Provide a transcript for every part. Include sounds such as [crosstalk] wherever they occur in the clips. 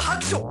拍手。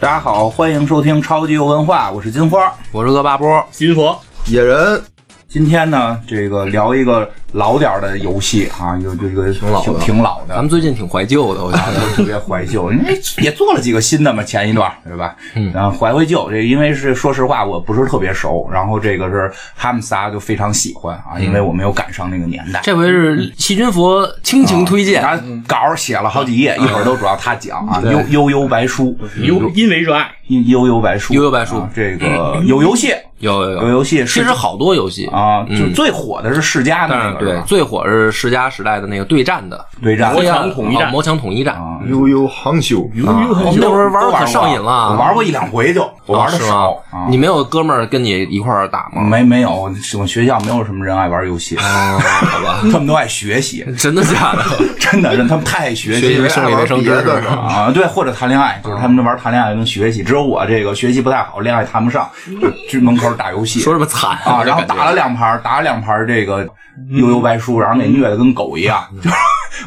大家好，欢迎收听超级游文化，我是金花。我是恶霸波，金佛，野人今天呢，这个聊一个老点儿的游戏啊，有这个挺老的挺老咱的们，最近挺怀旧的，我觉得。 [laughs] 特别怀旧，因为也做了几个新的嘛，前一段对吧？嗯，然后怀怀旧，这个因为是说实话我不是特别熟，然后这个是他们仨就非常喜欢啊，嗯因为我没有赶上那个年代。 [laughs] 这回是细菌佛亲情推荐，他稿写了好几页，嗯一会儿都主要他讲啊，悠悠悠白书，由因为热爱，悠悠悠白书，悠悠白书啊这 [laughs] 个有游戏，有有有有，游戏是其实好多游戏，啊，就最火的是世嘉的那嗯个但是是对吧最火是世嘉时代的那个对战的对战魔墙统一战啊魔墙统一战。啊，悠悠杭修，我们那会儿玩都的可玩上瘾我了，哦玩过一两回就，我玩的是少吗。啊你没有哥们儿跟你一块儿打吗？没没有，我学校没有什么人爱玩游戏，哦好吧， [laughs] 他们都爱学习， [laughs] 真的假的？真的，人他们太爱学学习习为生理卫生知别的识。 [laughs] 呢啊，对，或者谈恋爱，就是他们都玩谈恋爱跟学习，只有我这个学习不太好，恋爱谈不上，就去门口打游戏说这么惨啊，然后感觉打了两盘，打了两盘这个悠悠白书，然后给虐的跟狗一样，就是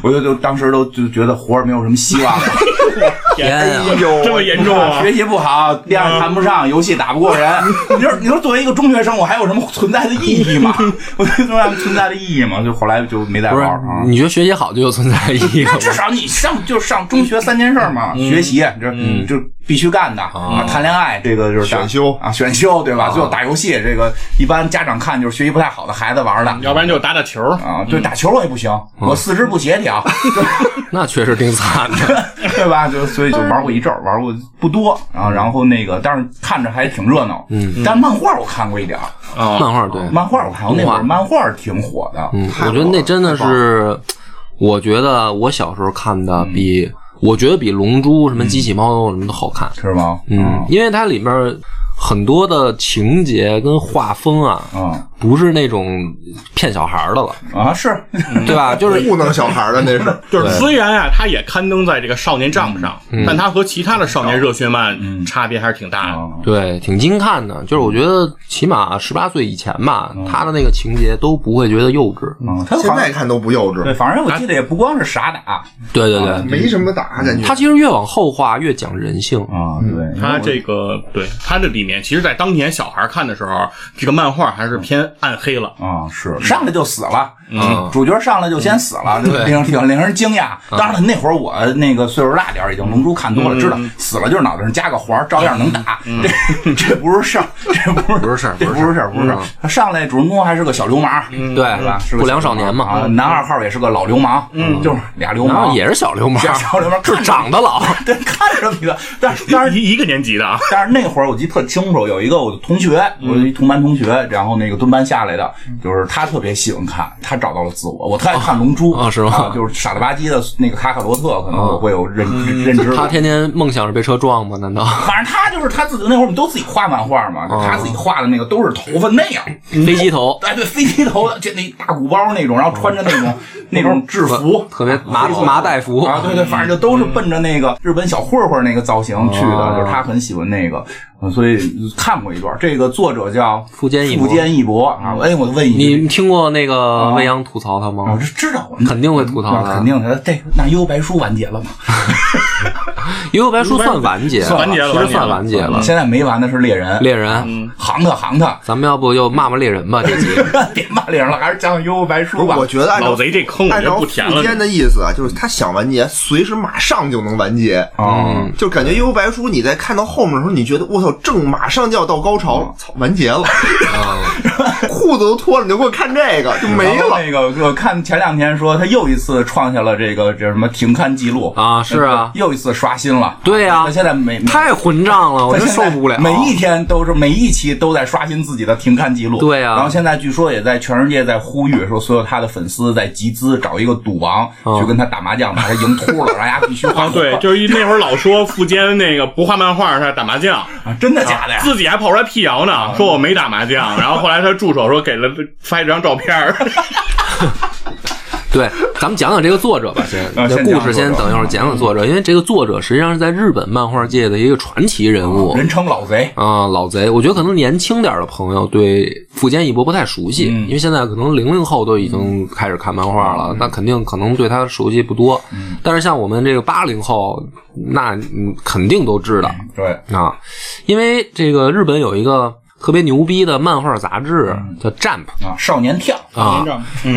[laughs] 我就就当时都就觉得活着没有什么希望了。 [laughs] 天啊！这么 [laughs] 严重啊！学习不好，恋爱谈不上，游戏打不 [laughs] 过人。你说，你说作为一个中学生，我还有什么存在的意义 [laughs] 吗？我对中学存在的意义吗？就后来就没再不玩是儿啊，。你觉得学习好就有存在意义了 [laughs] 那吗？至少你上就上中学三件事儿嘛，学习这就必须干的嗯啊，谈恋爱这个就是打选修啊，选修对吧？最后打游戏这个一般家长看就是学习不太好的孩子玩儿的要不然就打打球，啊，对，打球我也不行，我四肢不协调。 [laughs] 那确实挺惨的。对吧？就所以就玩过一阵儿，玩过不多啊。然后那个，但是看着还挺热闹。嗯，但漫画我看过一点儿，漫画对，漫画我看过那会动儿画漫画挺火的。嗯，我觉得那真的是，我觉得我小时候看的比，我觉得比《龙珠》什么《机器猫》什么都好看。是吗？嗯，因为它里面很多的情节跟画风啊，嗯不是那种骗小孩儿的了，啊是， [laughs] 嗯对 [laughs] 吧？就是糊弄小孩的那是。就是虽然啊，它也刊登在这个少年账目上，但它和其他的少年热血漫差别还是挺大的。嗯对，挺精看的。就是我觉得起码十八岁以前吧，他的那个情节都不会觉得幼稚。嗯，他现好在像看都不幼对，稚，反正我记得也不光是傻打对对对，没什么打感觉。他其实越往后画越讲人性。啊，对，它这个对它这里面，其实，在当年小孩看的时候，这个漫画还是偏暗黑了。啊是上来就死了，嗯主角上来就先死了，对嗯令挺令人惊讶。当然了，那会儿我那个岁数大点儿，已经龙珠看多了，知道死了就是脑袋上加个环儿，照样能打。 [laughs] 这这不是事儿，这不是不是事儿这嗯不是不是事儿，不是事儿。他上来主人公还是个小流氓，对对吧？是个嗯不良少年嘛嗯小流氓啊，男二号也是个老流氓，嗯，就是俩流然氓 [laughs] 后也是小流 [laughs] 氓，小流氓就是长得 [laughs] 老。对，看着比他，但是但是一一个年级的啊， [laughs] 但是那会儿我记得特清楚，有一个我的同学，嗯我一同班同学，然后那个蹲班下来的，就是他特别喜欢看，他找到了自我。我特爱看《龙珠》哦是吗哦啊就是傻了吧唧的那个卡卡罗特，可能我会有认认知。嗯他天天梦想是被车撞吗？难道反正他就是他自己，那会儿我们都自己画漫画嘛，哦就他自己画的那个都是头发那样，飞机头哎，对，飞机头的，这那大鼓包那种，然后穿着那 [laughs] 种那种制服，特别麻黑色麻袋服啊，对对，反正就都是奔着那个日本小混混那个造型去哦的，就是他很喜欢那个，嗯所以看过一段。这个作者叫富坚义博富坚义博啊，哎，我问你你，你听过那个未央吐槽他我吗？是知道我肯定会吐槽那的。肯定的，这那幽游白书完结了吗？幽游白书算完结，算完结了其实算完完结了。嗯现在嗯没完的是猎人，猎人，行他行他， [laughs] 咱们要不就骂骂猎人吧？这集别骂猎人了，还是讲讲幽游白不书是，吧我。觉得按老照贼这坑我按就照不富填了。坚的意思啊，就是他想完结，随时马上就能完结。嗯啊，就感觉《幽游白书》，你在看到后面的时候，你觉得我操，正马上就要到高潮了，操，完结了， [laughs] 裤子都脱了，你就给我看这个，就没然后了。那个，我看前两天说他又一次创下了这个这什么停刊记录，啊，是啊，又一次刷新了。对啊呀他现在每每太混账了，我他真现受嗯在不了。每一天都是每一期都在刷新自己的停刊记录。对啊呀然后现在据说也在全世界在呼吁，说所有他的粉丝在集资找一个赌王嗯去跟他打麻将，把他赢秃了，让大家必须花啊，对，就是一那会儿老说富坚那个不画漫画，他打麻将，啊真的假的呀？自己还跑出来辟谣呢，说我没打麻将。然后后来他助手说给了发一张照片儿，对，咱们讲讲这个作者吧，先。啊这先故讲事先作者等一会儿讲讲作者，因为这个作者实际上是在日本漫画界的一个传奇人物人称老贼，啊，老贼。我觉得可能年轻点儿的朋友对富坚义博不太熟悉，因为现在可能零零后都已经开始看漫画了，那肯定可能对他熟悉不多。但是像我们这个八零后，那嗯肯定都知道。对，啊，因为这个日本有一个特别牛逼的漫画杂志叫《Jump 啊，少年跳，》啊，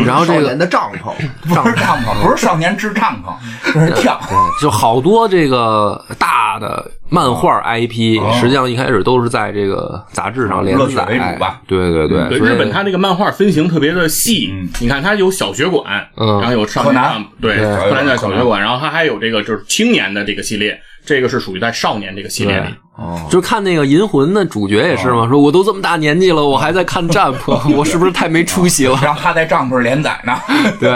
然后少这个年的帐篷，不是帐篷，不是少年支帐篷，嗯是跳，对就好多这个大的漫画 IP，实际上一开始都是在这个杂志上连乐趣载为主吧。对对对，嗯对啊所以日本，它这个漫画分型特别的细，你看它有小学馆，嗯然后有少年柯南漫，对，对柯南在小学馆，然后它还有这个就是青年的这个系列，这个是属于在少年这个系列里。就是看那个《银魂》的主角也是嘛，说我都这么大年纪了，我还在看 Jump，我是不是太没出息了？ [laughs] 然后他在帐篷连载呢， [laughs] 对，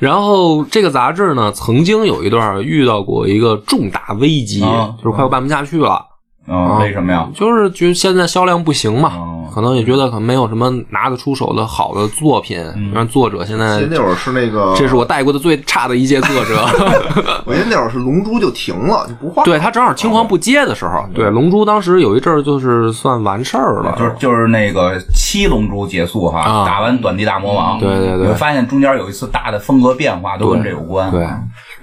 然后这个杂志呢，曾经有一段遇到过一个重大危机，啊就是快要办不下去了。嗯，为什么呀？啊就是觉得现在销量不行嘛，哦可能也觉得可能没有什么拿得出手的好的作品，嗯让作者现在其实那会儿是那个，哎这是我带过的最差的一届 [laughs] 作者。我觉得那会儿是《龙珠》就停了，就不画。对他正好青黄不接的时候，对《龙珠》当时有一阵儿就是算完事儿了，哦就是就是那个七龙珠结束哈，啊打完短地大魔王，对对对你会发现中间有一次大的风格变化，都跟这有关。对。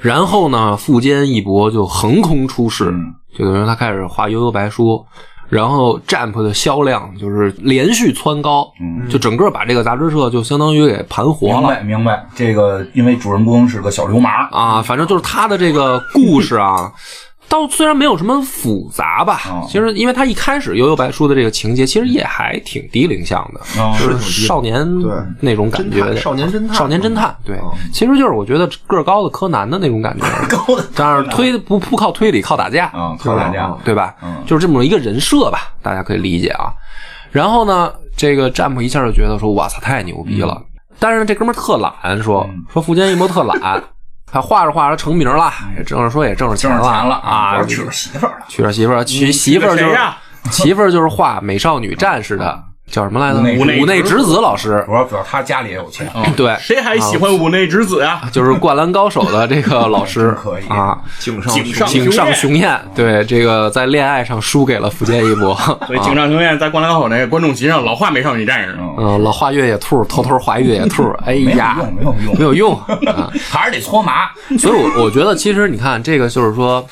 然后呢，富坚义博就横空出世，嗯就等于他开始画悠悠白书。然后 Jump 的销量就是连续蹿高，嗯就整个把这个杂志社就相当于给盘活了明。白明白，这个因为主人公是个小流氓，啊，反正就是他的这个故事啊， [laughs] 倒虽然没有什么复杂吧，哦其实因为他一开始《悠悠白书》的这个情节，其实也还挺低龄向的，哦就是少年对那种感觉侦探少年侦探少年侦探，对，其实就是我觉得个儿高的柯南的那种感觉，高的但是推不不靠推理，靠打架， [laughs] 啊，靠大家，对吧？就是这么一个人设吧，大家可以理解啊。然后呢，这个占卜一下就觉得说，哇操，太牛逼了。但是呢这哥们儿特懒，说说富坚义博特懒，他画着画着成名了，也挣着说也挣着挣钱着钱了啊我，娶了媳妇儿了，娶了媳妇儿，娶媳妇儿就是谁呀 [laughs] 媳妇儿就是画美少女战士的，叫什么来着？内哦五直子内直子老师，主要主要他家里也有钱，啊对，啊谁还喜欢五内之子啊？就是《灌篮高手》的这个老师可以啊，井上井上井上雄雄彦，对这个在恋爱上输给了福建一博，所以井上雄彦在《灌篮高手》那个观众席上老画美少女战士，嗯，老画越野兔，偷偷画越野兔，哎没有呀，用，没有 [laughs] 用，没有用啊！还是得搓 [laughs] 麻。所以我我觉得其实你看这个就是说，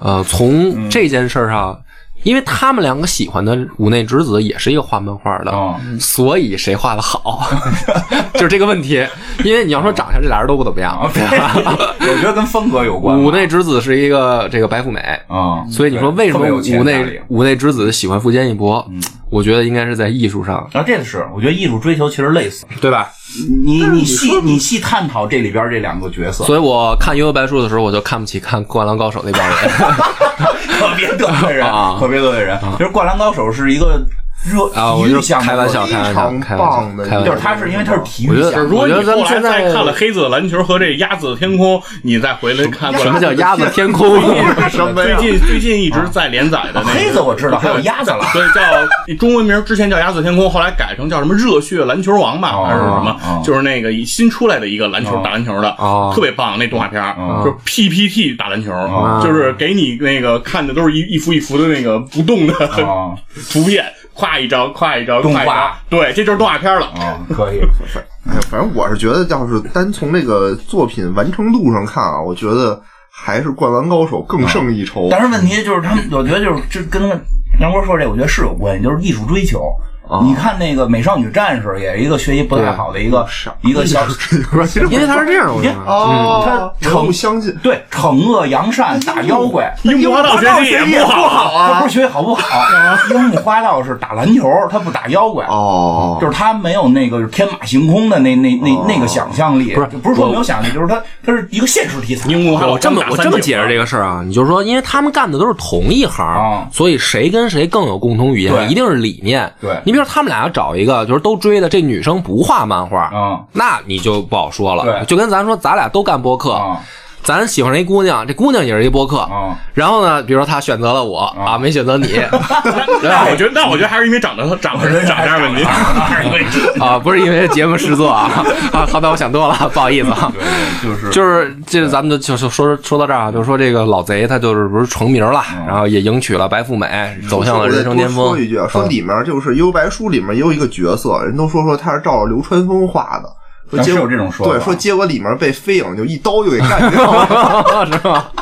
呃，从这件事儿上，因为他们两个喜欢的五内直子也是一个画漫画的，哦所以谁画的好， [laughs] 就是这个问题。因为你要说长相，这俩人都不怎么啊 [laughs] 样。对我觉得跟风格有关吧。五内直子是一个这个白富美。嗯啊，所以你说为什特么别有钱五家内里五内之子喜欢富坚义博？我觉得应该是在艺术上，啊，这个是我觉得艺术追求其实类似，对吧？你你细你细探讨这里边这两个角色，所以我看《幽游白书》的时候，我就看不起看《灌篮高手》那帮人。 [laughs] 特别得罪人啊， [laughs] 特别得罪人。其实《灌篮高手》是一个热啊，我体就育是项目开玩笑，非开玩常笑，开玩棒笑，的开玩就笑是。它是因为它是体我觉育得项目，如果你我觉得后咱们来现在再看了《黑子的篮球》和这《鸭子的天空》，你再回来看《什灌篮 [laughs] 么叫鸭子天空？什么最呀？近最近一直在连载的那个黑子我知道，还有鸭子 [laughs] [laughs] 了。对，叫中文名之前叫《鸭子天空》，后来改成叫什么“热血篮球王”吧，哦还是什哦么？就是那个新出来的一个篮球打篮球的哦，特别棒那动画片儿哦，就是 PPT 打篮球，就是给你那个看的都是一一幅一幅的那个不动的啊 [laughs] 图片，夸一张夸一张，动画夸一张，对，这就是动画片了。啊，可以，哎呀反正我是觉得，要是单从这个作品完成度上看啊，我觉得还是《灌篮高手》更胜一筹。但是问题就是他们，我觉得就是这跟杨波说这，我觉得是有关系，就是艺术追求。啊你看那个《美少女战士》，也是一个学习不太好的一个一个小，因为他是这样，我觉得。哦，他我都成不相信。对惩恶扬善打妖怪，樱木花道学习也不啊好，他不是学习好不好？樱木花道是打篮球，他不打妖怪。哦，就是他没有那个天马行空的那那那哦那个想象力，不是不是说没有想象力，就是他他是一个现实题材。啊樱木花道我这么刚打我三这么井解释这个事儿啊，你就说，因为他们干的都是同一行啊，所以谁跟谁更有共同语对言，一定是理念。对你比如他们俩要找一个，就是都追的这女生不画漫画，啊那你就不好说了。对就跟咱说，咱俩都干播客，啊，咱喜欢上一姑娘，这姑娘也是一播客，嗯然后呢，比如说她选择了我、啊，没选择你那我觉得，那我觉得还是因为长得长得长相问题。 [laughs] [laughs] 啊，不是因为节目制作啊啊，好吧，我想多了，不好意思啊。就是就是这，咱们就就就说说到这儿啊，就是说这个老贼他就是不是成名了，然后也迎娶了白富美，走向了哦我再人多生巅峰嗯说。一句啊，说里面就是《幽游白书》里面也有一个角色，人都说说他是照着流川枫画的。说啊结是果有这种说法对，说结果里面被飞影就一刀就给干 [laughs] 掉了。是 [laughs] 吧？啊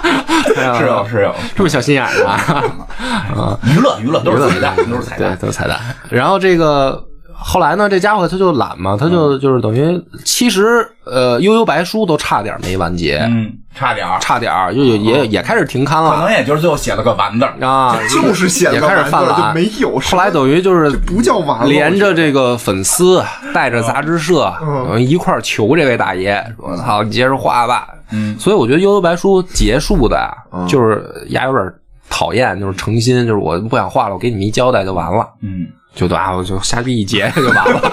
哎呀是啊有是有，这么小心眼儿嗯啊！娱乐娱乐都是彩蛋，都是彩对，蛋。都是彩蛋。然后这个后来呢，这家伙他就懒嘛，他嗯就就是等于其实呃，《悠悠白书》都差点没完结，嗯，差点儿，差点儿就也嗯也也开始停刊可了能也就是最后写了个完字儿。啊。就是显也得开始完犯了懒就没有。后来等于就是不叫完了连着这个粉丝，啊带着杂志社，等于一块儿求这位大爷说：“操，你接着画吧。”嗯，所以我觉得《悠悠白书》结束的啊，就是丫有点讨厌，就是诚心，就是我不想画了，我给你们一交代就完了。嗯，就啊，我就瞎逼一结就完了，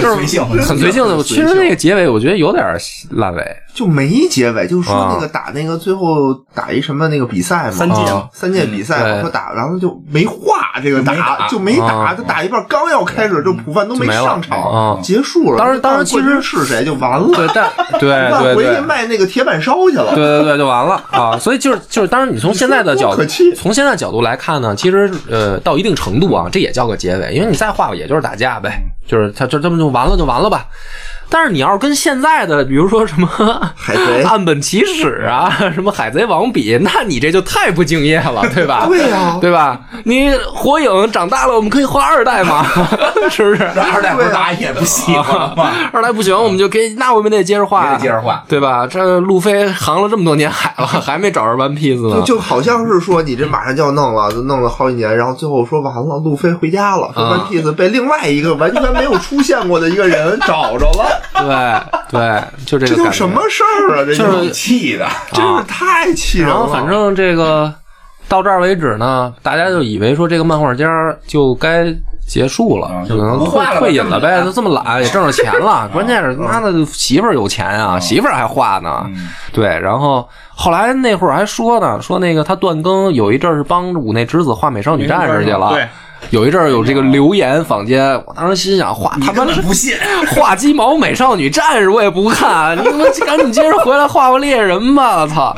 就是随性很随性的。其实那个结尾我觉得有点烂尾，就没结尾，就是说啊那个打那个最后打一什么那个比赛嘛，三届啊三届比赛嗯对嘛，说打，然后就没画这个就没打打，就没打，啊嗯他打一半刚要开始，就普范都就没了上啊场，结束了。当然就看当然其实冠军是谁就完了，对，但对对 [laughs] 那回对去。卖那个铁板烧去了。对对对，就完了啊！所以就是就是，当然你从现在的角多可气从现在角度来看呢，其实呃，到一定程度啊，这也叫个结尾，因为你再画也就是打架呗，就是他就这么就完了就完了吧。但是你要是跟现在的，比如说什么海贼 [laughs] 岸本齐史啊，什么海贼王比，那你这就太不敬业了，对吧？对啊呀对吧？你火影长大了，我们可以画二代嘛， [laughs] 是不是？这二代不是大爷不喜欢吗？二代不行，我们就给那我们得接着画也呀，得接着画对吧？这路飞航了这么多年海了， [laughs] 还没找着 One Piece 呢就。就好像是说你这马上就要弄了，就弄了好几年，然后最后说完了，路飞回家了，说啊 One Piece 被另外一个完全没有出现过的一个人找着了，对对，就这这个感叫觉什？么事儿啊？这就是就气的，啊真是太气人啊然后了。反正这个到这儿为止呢，大家就以为说这个漫画家就该结束了，啊就可能不画了嗯退吧退隐了呗，这么懒就这么懒，也挣着钱 [laughs] 了。关键是妈的媳妇儿有钱嗯啊，媳妇儿还画呢。对，然后后来那会儿还说呢，说那个他断更有一阵儿是帮五内之子画美少女战士去了。对，有一阵儿有这个流言坊间，我当时心想，画他妈根是本不信。画鸡毛美少女战士我也不看，你他妈赶紧接着回来画个猎人吧，我操！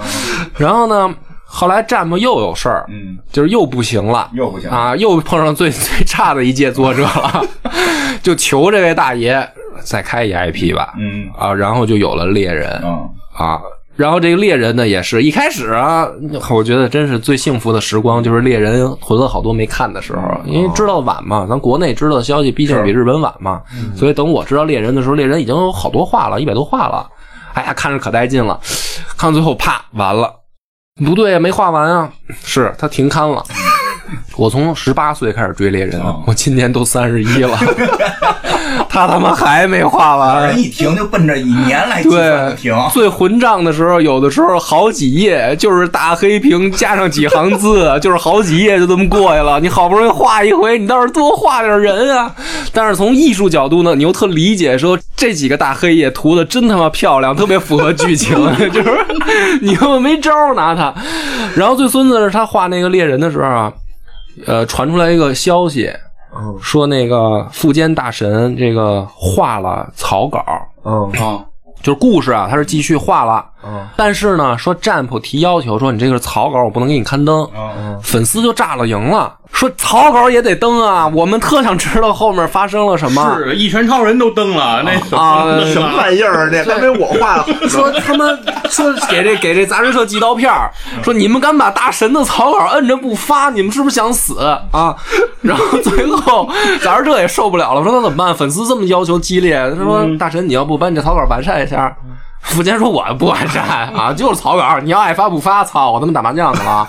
然后呢，后来战不又有事儿，嗯，就是又不行了，又不行啊， [laughs] 又碰上最最差的一届作者了， [laughs] 就求这位大爷再开一 IP 吧，嗯啊，然后就有了猎人嗯，啊。然后这个猎人呢，也是一开始啊，我觉得真是最幸福的时光，就是猎人囤了好多没看的时候，因为知道晚嘛，咱国内知道消息毕竟比日本晚嘛，所以等我知道猎人的时候，猎人已经有好多话了，一百多话了，哎呀，看着可带劲了，看到最后啪完了，不对呀，没画完啊，是他停刊了。我从十八岁开始追猎人，我今年都三十一了， [laughs] 他他妈还没画完，人一停就奔着以年来计算对的，停。最混账的时候，有的时候好几页就是大黑屏加上几行字， [laughs] 就是好几页就这么过去了。你好不容易画一回，你倒是多画点人啊！但是从艺术角度呢，你又特理解说这几个大黑页涂的真他妈漂亮，特别符合剧情， [laughs] 就是你又没招儿拿它。然后最孙子是他画那个猎人的时候啊，呃，传出来一个消息。说那个富坚大神这个画了草稿，嗯，啊，就是故事啊，它是继续画了，嗯但是呢，说占卜提要求说你这个草稿我不能给你刊登，嗯粉丝就炸了营了，说草稿也得登啊，我们特想知道后面发生了什啊么。是一拳超人都登了，那 [laughs] 什啊么什么玩意儿？这还没我画好呢。 [laughs] 说他们说给这给这杂志社寄刀片儿，说你们敢把大神的草稿摁着不发，你们是不是想死啊？然后最后杂志社也受不了了，说那怎么办？粉丝这么要求激烈，他说大神你要不把你这草稿完善一下。 [laughs] 福建说：“我不完善啊，就是草稿，你要爱发不发，操，我他妈打麻将去了。”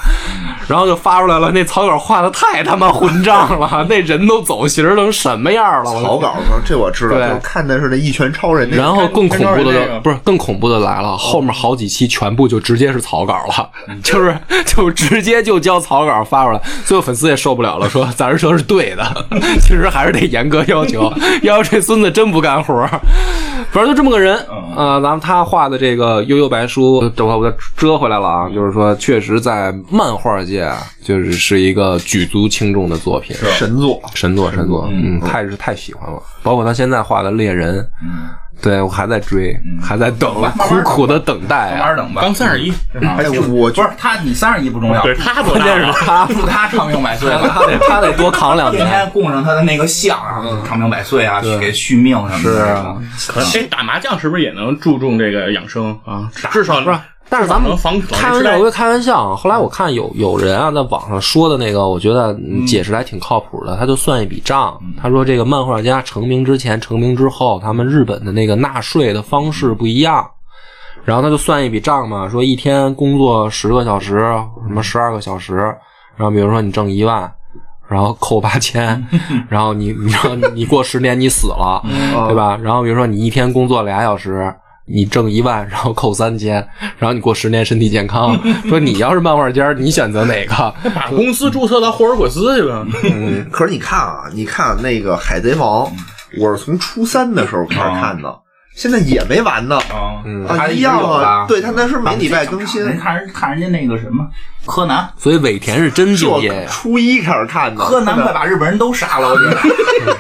然后就发出来了，那草稿画的太他妈混账了，那人都走形儿成什么样了？我 [laughs] 草稿呢？这我知道，对就是看的是那一拳超人那个。然后更恐怖的跟着那就个不是更恐怖的来了，后面好几期全部就直接是草稿了，就是 [laughs] 就直接就交草稿发出来，最后粉丝也受不了了，说 [laughs] 咱是说是对的，其实还是得严格要求，要是这孙子真不干活儿，反正就这么个人啊、咱们他画的这个《悠悠白书》，等会儿我再遮回来了啊，就是说，确实在漫画界啊就是是一个举足轻重的作品，神作，神作神作，嗯，太是太喜欢了。包括他现在画的《猎人》，嗯，对我还在追，还在等，慢苦慢苦的等待慢啊。慢等吧。刚三十一，还哎行，我不是他，你三十一不重要，对他多关大键了是？他，祝他长命百岁吧。他得他得多扛两今年。天供上他的那个像啊，长命百岁啊，去给续命什么的。是啊可哎，打麻将是不是也能注重这个养生啊？至少不是但是咱们能防防开玩止笑来归开玩笑啊，后来我看有有人啊在网上说的那个，我觉得嗯解释的还挺靠谱的。他就算一笔账，他说这个漫画家成名之前、成名之后，他们日本的那个纳税的方式不一样。然后他就算一笔账嘛，说一天工作十个小时，什么十二个小时，然后比如说你挣一万，然后扣八千，然后你你说你过十年你死了，啊对吧？然后比如说你一天工作俩小时，你挣一万，然后扣三千，然后你过十年身体健康。说你要是漫画家，你选择哪个？ [laughs] 把公司注册到霍尔果斯去吧。嗯可是你看啊，你看那个《海贼王》，我是从初三的时候开始看的，现在也没完呢。啊啊，他一一直有样啊，吧对他那是每礼拜更新，人看人看人家那个什么柯南，所以尾田是真是敬我业呀。初一开始看的。柯南快把日本人都杀了，我觉得。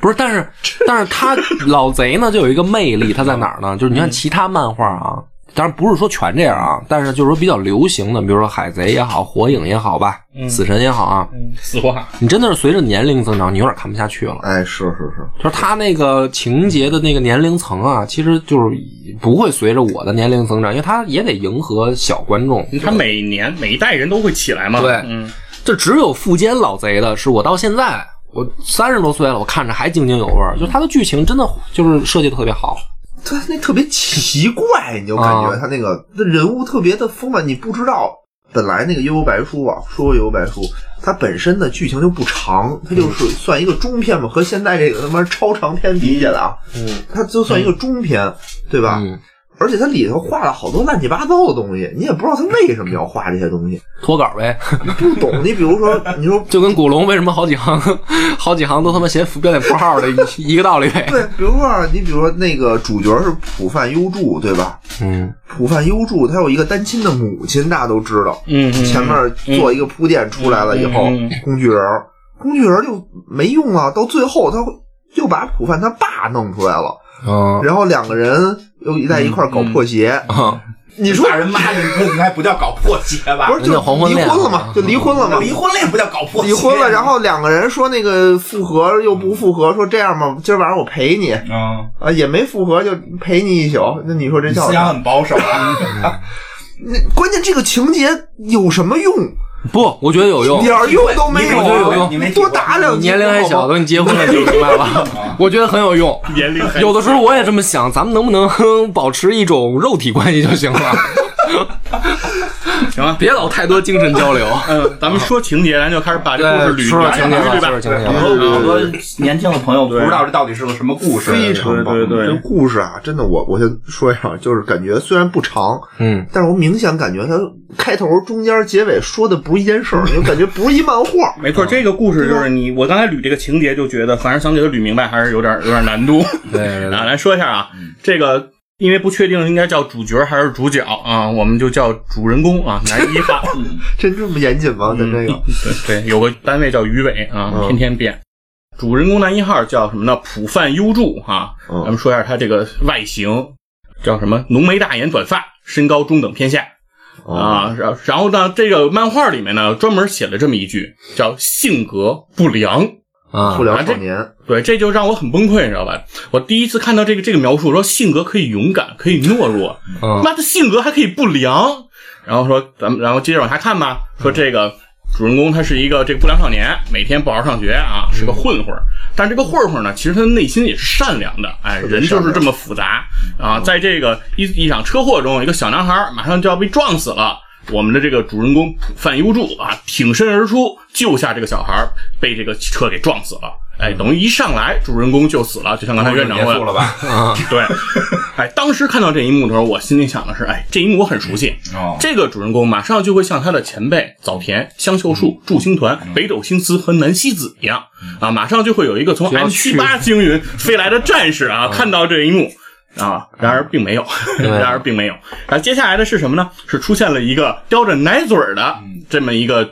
不是，但是但是他老贼呢就有一个魅力，他在哪儿呢？就是你看其他漫画啊，当然不是说全这样啊，但是就是说比较流行的，比如说海贼也好，火影也好吧，死神也好啊， [laughs] 死话，你真的是随着年龄增长，你有点看不下去了。哎，是是是，就是他那个情节的那个年龄层啊，其实就是不会随着我的年龄增长，因为他也得迎合小观众。他每年每一代人都会起来嘛。对嗯，就只有富坚老贼的是我到现在我三十多岁了，我看着还津津有味儿。就他的剧情真的就是设计的特别好。他那特别奇怪，你就感觉啊他那个那人物特别的丰满，你不知道。本来那个《幽游白书》啊，说《幽游白书》，它本身的剧情就不长，它嗯就是算一个中篇嘛，和现在这个他妈超长篇比起来啊，嗯，它就算一个中篇，对吧？嗯，而且它里头画了好多乱七八糟的东西，你也不知道他为什么要画这些东西，脱稿呗，你不懂。你比如说，你说就跟古龙为什么好几行 [laughs] 好几行都他妈写标点符号的一一个道理呗。对，比如说啊，你比如说那个主角是浦饭优助，对吧？嗯，浦饭优助他有一个单亲的母亲，大家都知道。嗯，嗯前面做一个铺垫出来了以后嗯嗯嗯，工具人儿，工具人儿就没用了，到最后他又把普范他爸弄出来了，嗯然后两个人又在一块儿搞破鞋。啊，你说把人骂 [laughs] 你，那应该不叫搞破鞋吧不？是人家就黄昏离恋婚了嘛啊？就离婚了嘛？离婚了也不叫搞破鞋。离婚了，然后两个人说那个复合又不复合，说这样吧，今儿晚上我陪你嗯，啊，也没复合就陪你一宿。那你说这你叫思什么想很保守啊。那关键这个情节有什么用？不，我觉得有用一。点儿用都没你没有有，用你没多打两你集 [laughs] 年龄还小，好吗等你结婚了就明白 [laughs] 了。我觉得很有用。年龄还有的时候我也这么想，咱们能不能保持一种肉体关系就行了？行啊。别老太多精神交流。嗯，咱们说情节，咱就开始把这故啊对，事说捋说捋情节下吧，去，对说说情吧？节很吧。多很多年轻的朋友不知道这到底是个什么故事，非常棒。对对对。这故事啊，真的我我先说一下，就是感觉虽然不长，嗯，但是我明显感觉它开头、中间、结尾说的不是一件事儿，就感觉不是一漫画没错，这个故事就是你，我刚才捋这个情节就觉得，反正想给它捋明白还是有点有点难度。对对嗯对啊，来说一下啊，这个因为不确定应该叫主角还是主角啊，我们就叫主人公啊，男一 [laughs] 号。真这么严谨吗？咱这个嗯 [laughs] 对，有个单位叫鱼尾啊，嗯天天变。主人公男一号叫什么呢？浦饭优助啊，嗯咱们说一下他这个外形，叫什么？浓眉大眼，短发，身高中等偏下嗯啊。然然后呢，这个漫画里面呢，专门写了这么一句，叫性格不良。啊不，良少年，对，这就让我很崩溃，你知道吧？我第一次看到这个这个描述，说性格可以勇敢，可以懦弱，嗯妈的性格还可以不良。然后说咱们，然后接着往下看吧。说这个主人公他是一个这个不良少年，每天不好好上学啊，是个混混儿。但这个混混儿呢，其实他内心也是善良的，哎，人就是这么复杂啊。在这个一一场车祸中，一个小男孩儿马上就要被撞死了。我们的这个主人公浦饭优助啊，挺身而出救下这个小孩儿，被这个车给撞死了。哎，等于一上来主人公就死了，就像刚才院长结问束，了吧？ [laughs] 对，哎，当时看到这一幕的时候，我心里想的是，哎，这一幕我很熟悉。嗯哦，这个主人公马上就会像他的前辈早田、香秀树、嗯祝星团、北斗星司和南希子一样啊，马上就会有一个从就要 M 去嗯七八星云飞来的战士啊，看到这一幕。啊，然而并没有，[laughs] 嗯对然而并没有。然后接下来的是什么呢？是出现了一个叼着奶嘴儿的嗯这么一个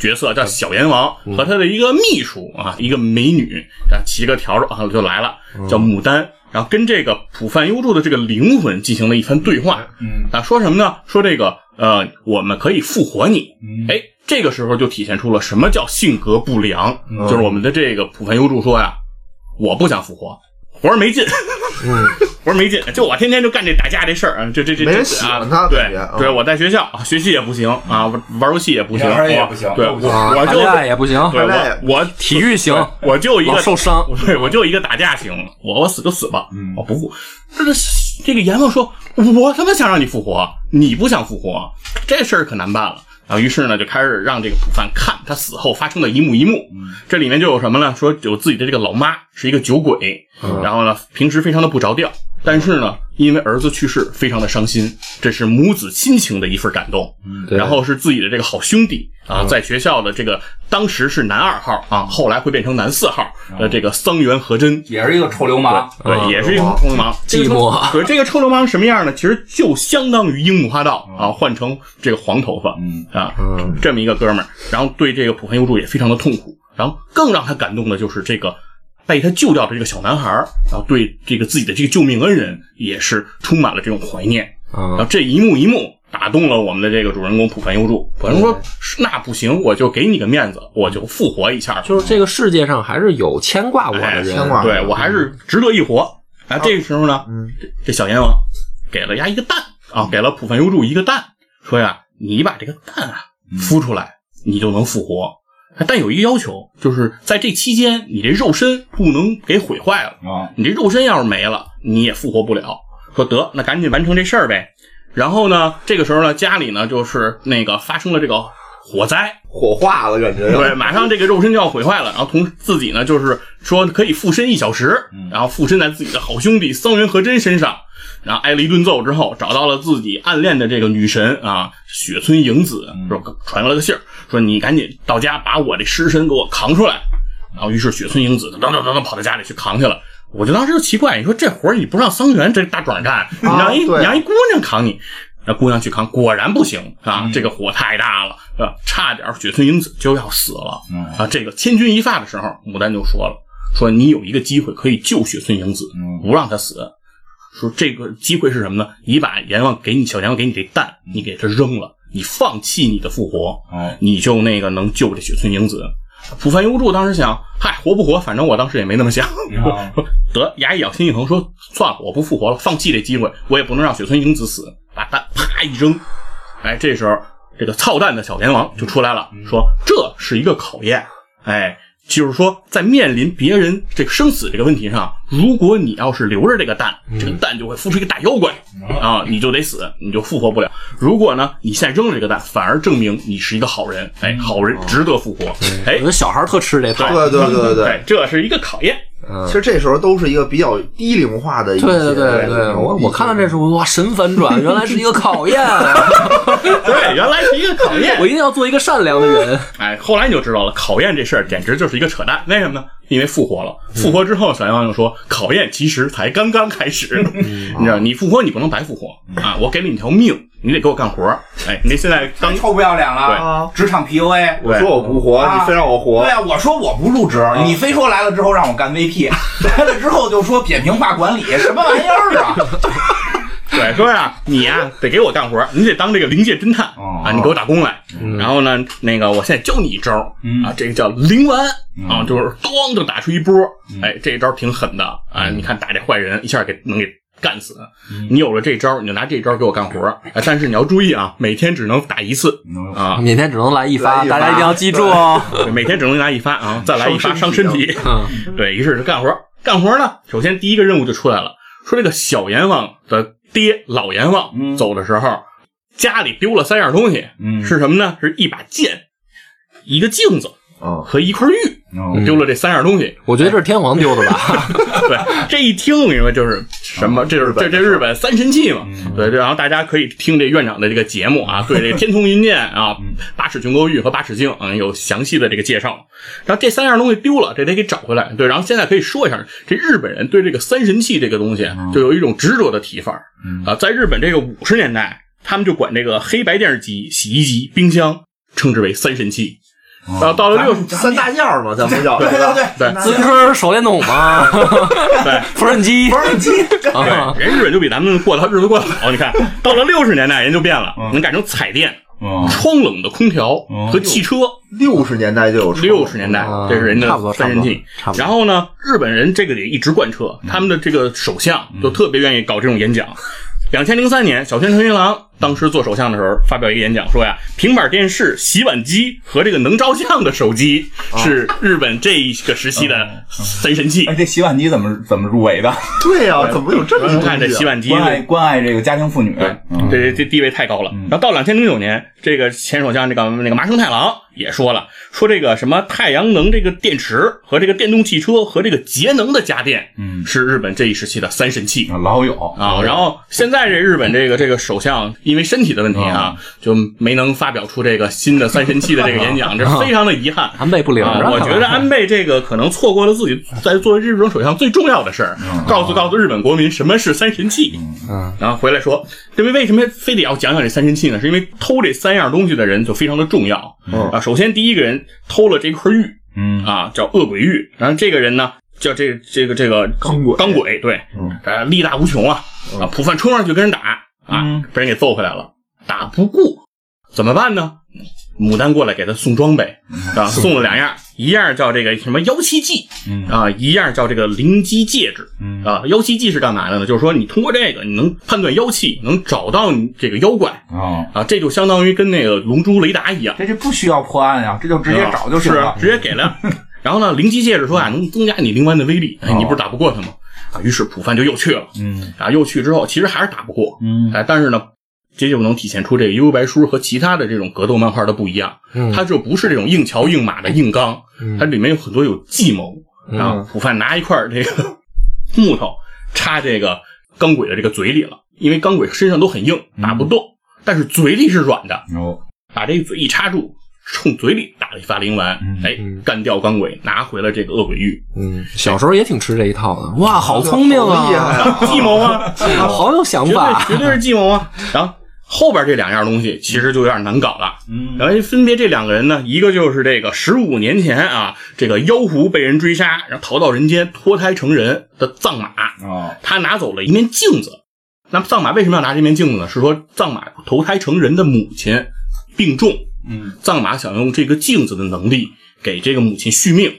角色，叫小阎王和他的一个秘书啊，一个美女，啊，骑个笤帚啊就来了，嗯叫牡丹。然后跟这个普范优助的这个灵魂进行了一番对话，嗯啊，说什么呢？说这个呃，我们可以复活你。嗯哎，这个时候就体现出了什么叫性格不良，嗯就是我们的这个普凡优助说呀，我不想复活，活儿没劲，嗯， [laughs] 活儿没劲，就我天天就干这打架这事儿啊，这这这没人这喜啊欢他对感觉啊对，我在学校啊学习也不行啊，玩玩游戏也不行，玩儿也我不行啊对，都我不行我谈就恋爱也不行，对谈恋爱我我体育行，我就一老个受伤，我对我就一个打架行，我我死就死吧，嗯我不复。这个这个阎王说，我他妈想让你复活，你不想复活，这事儿可难办了。然后于是呢，就开始让这个普范看他死后发生的一幕一幕。这里面就有什么呢？说有自己的这个老妈是一个酒鬼，然后呢，平时非常的不着调，但是呢，因为儿子去世，非常的伤心，这是母子亲情的一份感动。对然后是自己的这个好兄弟啊，在学校的这个当时是男二号啊，后来会变成男四号的这个桑原和真，也是一个臭流氓，对，也是一个臭流氓。这个寂臭寞对，这个臭流氓是什么样呢？其实就相当于樱木花道啊，换成这个黄头发嗯啊，嗯这么一个哥们儿，然后对这个浦原优助也非常的痛苦。然后更让他感动的就是这个被他救掉的这个小男孩儿，然后对这个自己的这个救命恩人也是充满了这种怀念。然后嗯，这一幕一幕打动了我们的这个主人公浦凡优助。浦凡说：“那不行，我就给你个面子，我就复活一下。”就是这个世界上还是有牵挂我的哎人，牵挂对我还是值得一活。啊，这个时候呢，嗯这这小阎王给了丫一个蛋嗯啊，给了浦凡优助一个蛋，说呀：“你把这个蛋啊嗯孵出来，你就能复活。”但有一个要求，就是在这期间，你这肉身不能给毁坏了。啊，你这肉身要是没了，你也复活不了。说得，那赶紧完成这事儿呗。然后呢，这个时候呢，家里呢就是那个发生了这个火灾，火化了感觉要，对，马上这个肉身就要毁坏了。然后同自己呢就是说可以附身一小时，然后附身在自己的好兄弟桑原和真身上。然后挨了一顿揍之后，找到了自己暗恋的这个女神啊，雪村影子，说传了个信儿，说你赶紧到家把我这尸身给我扛出来。然后于是雪村英子噔噔噔噔跑到家里去扛去了。我就当时就奇怪，你说这活儿你不让桑园这大壮干，你啊让一、对你让一姑娘扛你，那姑娘去扛，果然不行啊！嗯这个火太大了，啊，差点雪村英子就要死了、嗯啊！这个千钧一发的时候，牡丹就说了，说你有一个机会可以救雪村英子，嗯不让她死。说这个机会是什么呢？你把阎王给你小阎王给你这蛋，你给它扔了，你放弃你的复活，嗯哦，你就那个能救这雪村英子。浦饭优助当时想，嗨，活不活，反正我当时也没那么想。啊 [laughs] 得，牙一咬，心一横，说算了，我不复活了，放弃这机会，我也不能让雪村英子死。把蛋啪一扔，哎，这时候这个操蛋的小阎王就出来了，说这是一个考验，哎。就是说，在面临别人这个生死这个问题上，如果你要是留着这个蛋，这个蛋就会孵出一个大妖怪啊，你就得死，你就复活不了。如果呢，你现在扔了这个蛋，反而证明你是一个好人，哎，好人值得复活，哎我觉，得小孩儿特吃这套，对对对对对。哎，这是一个考验。嗯其。实这时候都是一个比较低龄化的一些对对对那对，种我意见我看到这时候哇，神反转，原来是一个考验，啊 [laughs] 对，哎原来是一个考验我。一定要做一个善良的人。哎，后来你就知道了，考验这事儿简直就是一个扯淡。为什么呢？因为复活了，嗯复活之后，小阎王就说，考验其实才刚刚开始。嗯 [laughs] 你知道，你复活你不能白复活啊！我给了你条命，你得给我干活儿。哎，你得现在当臭不要脸了，职场 PUA。我说我不活，啊你非让我活对，啊，我说我不入职，你非说来了之后让我干 VP，来 [laughs] 了之后就说扁平化管理，什么玩意儿啊？对，说呀，你呀、得给我干活儿，你得当这个灵界侦探哦啊，你给我打工来。然后呢，那个我现在教你一招儿啊，这个叫灵丸啊，就是咣就打出一波儿，哎，这一招儿挺狠的啊。你看打这坏人一下给能给干死，你有了这招儿，你就拿这招儿给我干活儿。哎，但是你要注意啊，每天只能打一次啊，每天只能来一来发，一大发家一定要记住哦。对每天只能拿一发啊，再来一发伤伤身身体啊体。嗯，对，于是就干活儿。干活儿呢，首先第一个任务就出来了，说这个小阎王的爹老阎王嗯走的时候，家里丢了三样东西，嗯是什么呢？是一把剑，一个镜子，嗯，和一块玉，嗯丢了这三样东西。我觉得这是天皇丢的吧？ [laughs] 对，这一听我跟你说就是什么，这就是这这啊日本三神器嘛。对，对然后大家可以听这院长的这个节目啊，对这个天童云剑啊、 [laughs] 八尺琼勾玉和八尺镜嗯有详细的这个介绍。然后这三样东西丢了，这得给找回来。对，然后现在可以说一下，这日本人对这个三神器这个东西就有一种执着的提法儿啊，在日本这个五十年代，他们就管这个黑白电视机、洗衣机、冰箱称之为三神器。然后到了六十三大件儿嘛，咱 [laughs] 们叫对对对对自行车、手电筒嘛，对。缝纫机不是鸡， [laughs] 啊，人日本就比咱们过得日子过得好。你 [laughs] 看，到了六十年代，人就变了，能改成彩电、嗯窗冷的空调和汽车。六十年代就有六十年代啊，这是人差不多的三神器差不多差不。多然后呢，日本人这个也一直贯彻，嗯他们的这个首相都特别愿意搞这种演讲。两千零三年，小泉纯一郎当时做首相的时候，发表一个演讲，说呀，平板电视、洗碗机和这个能照相的手机是日本这一个时期的三神器啊嗯哎，。这洗碗机怎么怎么入围的？对呀，怎么有这么你多看这洗碗机，关爱关爱这个家庭妇女，对，嗯这这地位太高了。然后到两千零九年，这个前首相这个那个麻生太郎也说了，说这个什么太阳能这个电池和这个电动汽车和这个节能的家电，嗯是日本这一时期的三神器。啊老有啊，然后现在这日本这个这个首相因为身体的问题啊，就没能发表出这个新的三神器的这个演讲，这非常的遗憾。安倍不领啊，着。我觉得安倍这个可能错过了自己在作为日本首相最重要的事儿，告诉告诉日本国民什么是三神器。嗯，然后回来说，这为为什么非得要讲讲这三神器呢？是因为偷这三样东西的人就非常的重要。嗯啊，首先第一个人偷了这块玉嗯啊，叫恶鬼玉，然后这个人呢叫这这个这个钢鬼钢鬼，对，呃，力大无穷啊啊，普范冲上去跟人打啊嗯，被人给揍回来了，打不过怎么办呢？牡丹过来给他送装备啊，送了两样，一样叫这个什么妖气剂嗯啊，一样叫这个灵机戒指。嗯啊，妖气剂是干嘛的呢？就是说你通过这个，你能判断妖气，能找到你这个妖怪哦，啊，这就相当于跟那个龙珠雷达一样，这就不需要破案呀，这就直接找就行是啊了。嗯直接给 [laughs] 了。然后呢，灵机戒指说啊，能增加你灵丸的威力，哎，哦你不是打不过他吗？啊，于是普范就又去了，嗯啊，又去之后其实还是打不过，嗯哎，但是呢。这就能体现出这个《幽游白书》和其他的这种格斗漫画的不一样，嗯它就不是这种硬桥硬马的硬刚，嗯它里面有很多有计谋。嗯然后普范拿一块这个 [laughs] 木头插这个钢轨的这个嘴里了，因为钢轨身上都很硬，嗯打不动，但是嘴里是软的，哦把这个嘴一插住，冲嘴里打了一发灵丸，哎，干掉钢轨，拿回了这个恶鬼玉，嗯，小时候也挺吃这一套的。哇，好聪明好厉害啊！啊！计谋啊，好有想绝法对。绝对是计谋啊。然后后边这两样东西其实就有点难搞了。嗯然后分别这两个人呢，一个就是这个十五年前啊，这个妖狐被人追杀，然后逃到人间脱胎成人的藏马，哦他拿走了一面镜子。那么藏马为什么要拿这面镜子呢？是说藏马投胎成人的母亲病重，嗯藏马想用这个镜子的能力给这个母亲续命，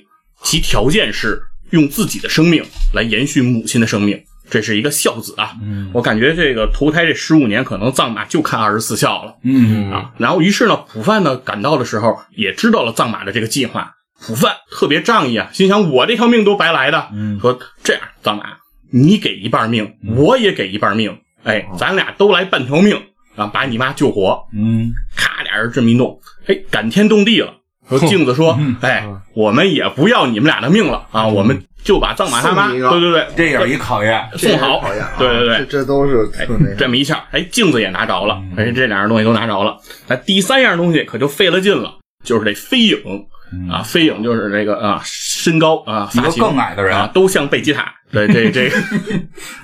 其条件是用自己的生命来延续母亲的生命。这是一个孝子啊！嗯我感觉这个投胎这十五年，可能藏马就看二十四孝了。嗯啊。然后于是呢，普范呢赶到的时候，也知道了藏马的这个计划。普范特别仗义啊，心想我这条命都白来的，嗯说这样，藏马，你给一半命，我也给一半命，哎，哦咱俩都来半条命啊，把你妈救活。嗯咔，俩人这么一弄，哎，感天动地了。说镜子说，哎，我们也不要你们俩的命了啊，我们就把藏马他妈，送对你一个对对，这也是一考验。 [laughs] 送好讨厌啊，，对对对这，这都是哎特那，这个么一下，哎，镜子也拿着了，嗯哎，这两样东西都拿着了。那第三样东西可就费了劲了，就是这飞影嗯啊，飞影就是这个啊，身高啊，一发个型更矮的啊人，，都像贝吉塔，对，这这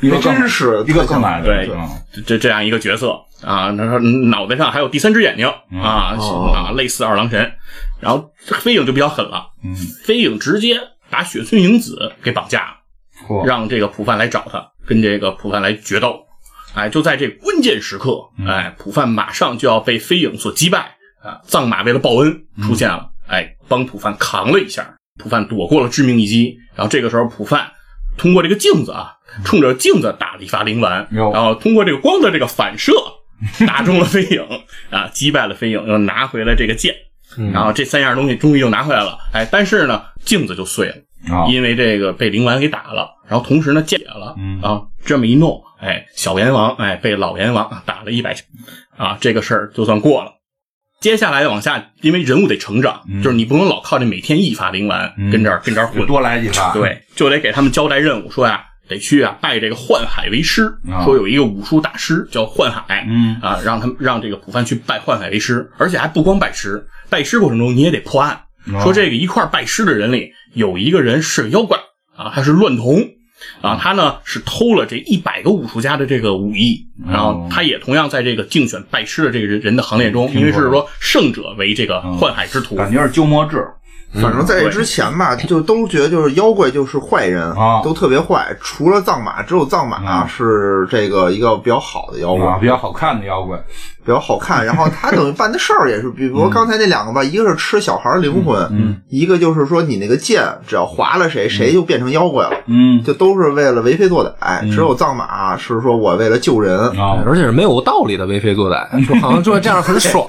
一个真更是一个更矮的人，对嗯这这这样一个角色啊，他说脑袋上还有第三只眼睛嗯啊哦啊，类似二郎神。然后飞影就比较狠了，嗯飞影直接把雪村影子给绑架了。嚯让这个普范来找他，跟这个普范来决斗。哎，就在这关键时刻，哎，普范马上就要被飞影所击败啊！藏马为了报恩出现了，哎，帮普范扛了一下，普范躲过了致命一击。然后这个时候，普范通过这个镜子啊，冲着镜子打了一发灵丸，哟然后通过这个光的这个反射打中了飞影啊，击败了飞影，又拿回了这个剑。嗯然后这三样东西终于又拿回来了，哎，但是呢，镜子就碎了。啊因为这个被灵丸给打了，然后同时呢见血了，嗯啊，这么一弄，哎，小阎王哎被老阎王打了一百下，啊，这个事儿就算过了。接下来往下，因为人物得成长，就是你不能老靠这每天一发灵丸跟这儿跟这儿混，嗯多来几发。，对，就得给他们交代任务，说呀、得去啊拜这个幻海为师，啊说有一个武术大师叫幻海，嗯啊，让他们让这个普范去拜幻海为师，而且还不光拜师，拜师过程中你也得破案，哦说这个一块拜师的人里有一个人是妖怪啊，他是乱童。嗯啊，他呢是偷了这一百个武术家的这个武艺，然哦后他也同样在这个竞选拜师的这个人人的行列中，因为是说胜者为这个幻海之徒，哦嗯感觉是鸠摩智。反正在这之前吧，就都觉得就是妖怪就是坏人哎啊都特别坏。除了藏马，只有藏马嗯是这个一个比较好的妖啊，怪，比较好看的妖怪，比较好看。然后他等于办的事儿也是，比嗯如刚才那两个吧，一个是吃小孩灵魂，一个就是说你那个剑只要划了谁，谁就变成妖怪了。嗯，就都是为了为非作歹，只有藏马啊是说我为了救人，啊，而且是没有道理的为非作歹，说好像说这样很爽。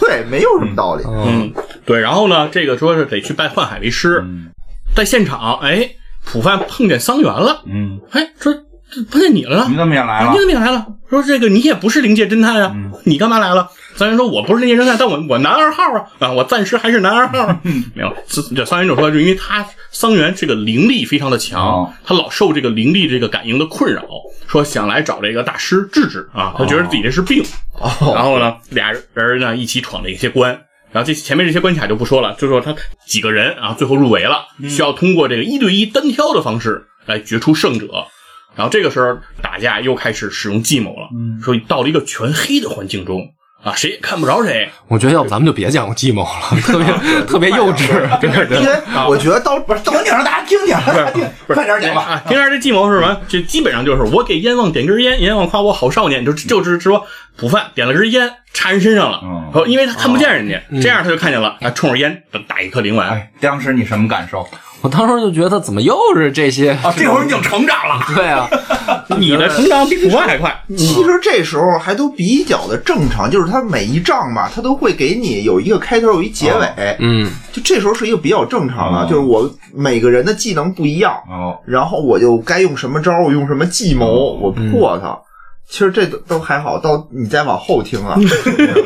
对，没有什么道理。嗯，对。然后呢，这个说是得去拜幻海为师，嗯在现场，哎，普范碰见桑园了，嗯，哎，说这碰见你了你呢，怎么也来啊了嗯你？怎么也来了？说这个你也不是灵界侦探啊，你干嘛来了？桑园说我不是灵界侦探，但我我男二号啊，啊，我暂时还是男二号、 [laughs] 啊。嗯没有，这这桑园就说，就因为他桑园这个灵力非常的强，哦他老受这个灵力这个感应的困扰，说想来找这个大师治治啊，他觉得自己这是病。哦然后呢，俩人呢一起闯了一些关。然后这前面这些关卡就不说了，就说他几个人啊，最后入围了，嗯需要通过这个一对一单挑的方式来决出胜者。然后这个时候打架又开始使用计谋了，嗯说到了一个全黑的环境中啊，谁也看不着谁。我觉得要不咱们就别讲计谋了，特别特别幼啊稚。对对因为我觉得到不是，听听让大家 [laughs] 听听，让大家听，快点讲吧。啊，听着这计谋是什么？就基本上就是我给阎王点根烟，阎王夸我好少年，就就是说普饭点了根烟插人身上了，嗯哦哦因为他看不见人家，这样他就看见了，啊，冲着烟打一颗灵丸，哎，当时你什么感受？我当时就觉得怎么又是这些？啊，这会儿你就成长了。对啊，你的成长比普饭还快。嗯其实这时候还都比较的正常，就是他每一仗吧，他都会给你有一个开头，有一结尾，嗯，就这时候是一个比较正常的，哦就是我每个人的技能不一样，哦，然后我就该用什么招，我用什么计谋，嗯我破他。其实这都都还好，到你再往后听了，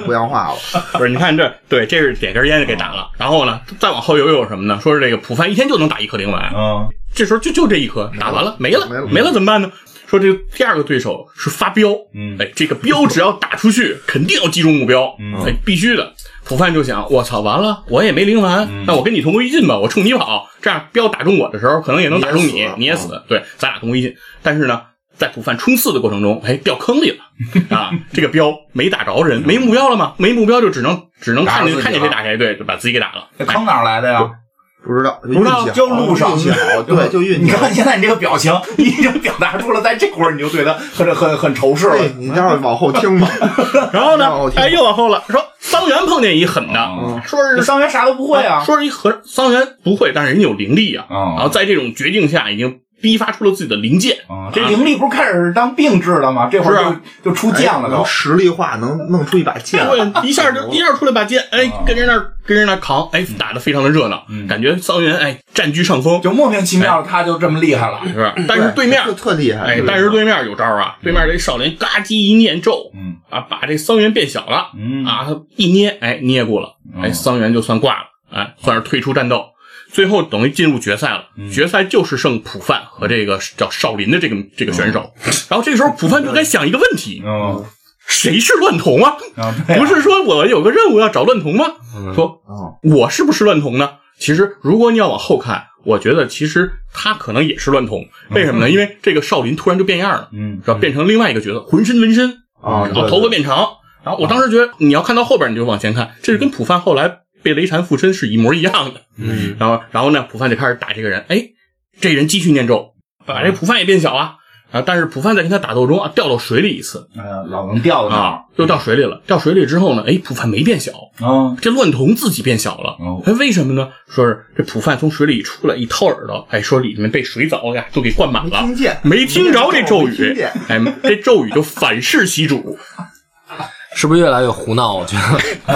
不像话了。 [laughs] 不是，你看这，对，这是点根烟就给打了。然后呢，再往后又有什么呢？说是这个普饭一天就能打一颗灵丸，嗯，这时候就就这一颗打完了，没了，没了没了怎么办呢？说这个第二个对手是发镖，嗯哎，这个镖只要打出去，肯定要击中目标，嗯哎，必须的。普范就想，我操，完了，我也没灵丸，那我跟你同归于尽吧，我冲你跑，这样镖打中我的时候，可能也能打中你你也死，你也死，对，咱俩同归于尽。但是呢，在普范冲刺的过程中，哎，掉坑里了啊，这个镖没打着人，没目标了嘛，没目标就只能只能打看着见自己看见了谁打谁，对，就把自己给打了。这坑哪儿来的呀？不知道，不知道就路上运气好，对，就运你气好。看现在你这个表情，你已经表达出了，在这会儿你就对他很很很仇视对了。你待会儿往后听吧。然后让我呢，听哎，又往后了，说桑园碰见一狠的，嗯说是这桑园啥都不会啊。说是一和桑园不会，但是人家有灵力啊。哦然后在这种绝境下，已经逼发出了自己的灵剑。嗯这灵力不是开始当病治了吗？这会是儿啊就就出剑了能都。 [laughs] 实力化，能弄出一把剑。 [laughs] 对，一下就一下出来把剑，哎哦，嗯跟人那儿跟人那儿扛，哎，打得非常的热闹，感觉桑园哎占据上风，就莫名其妙的他就这么厉害了。哎是吧？但是对面就特厉嗯害。哎对，但是对面有招啊！对面这少年嘎叽一念咒，嗯啊，把这桑园变小了，嗯啊，他一捏，哎，捏过了，哎，嗯桑园就算挂了，哎，算是退出战斗。最后等于进入决赛了，嗯决赛就是剩普范和这个叫少林的这个这个选手。然后这个时候普范就该想一个问题：嗯， [laughs] 谁是乱童啊？啊对啊不是说我有个任务要找乱童吗？嗯说哦我是不是乱童呢？其实如果你要往后看，我觉得其实他可能也是乱童。为什么呢？因为这个少林突然就变样了，嗯然后变成另外一个角色，浑身纹身，啊，然对后哦头发变长。然后我当时觉得，你要看到后边，你就往前看，这是跟普范后来被雷禅附身是一模一样的。嗯，然后，然后呢，普范就开始打这个人，哎，这人继续念咒，把这普范也变小啊。啊！但是普范在跟他打斗中啊，掉到水里一次呃，老能掉的啊，又掉水里了。掉水里之后呢，哎，普范没变小，啊，这乱童自己变小了哦，哎，为什么呢？说是这普范从水里出来，一掏耳朵，哎，说里面被水藻呀都给灌满没了听，见，没听着这咒没听语见，哎，这咒语就反噬其主，是不是越来越胡闹？我觉得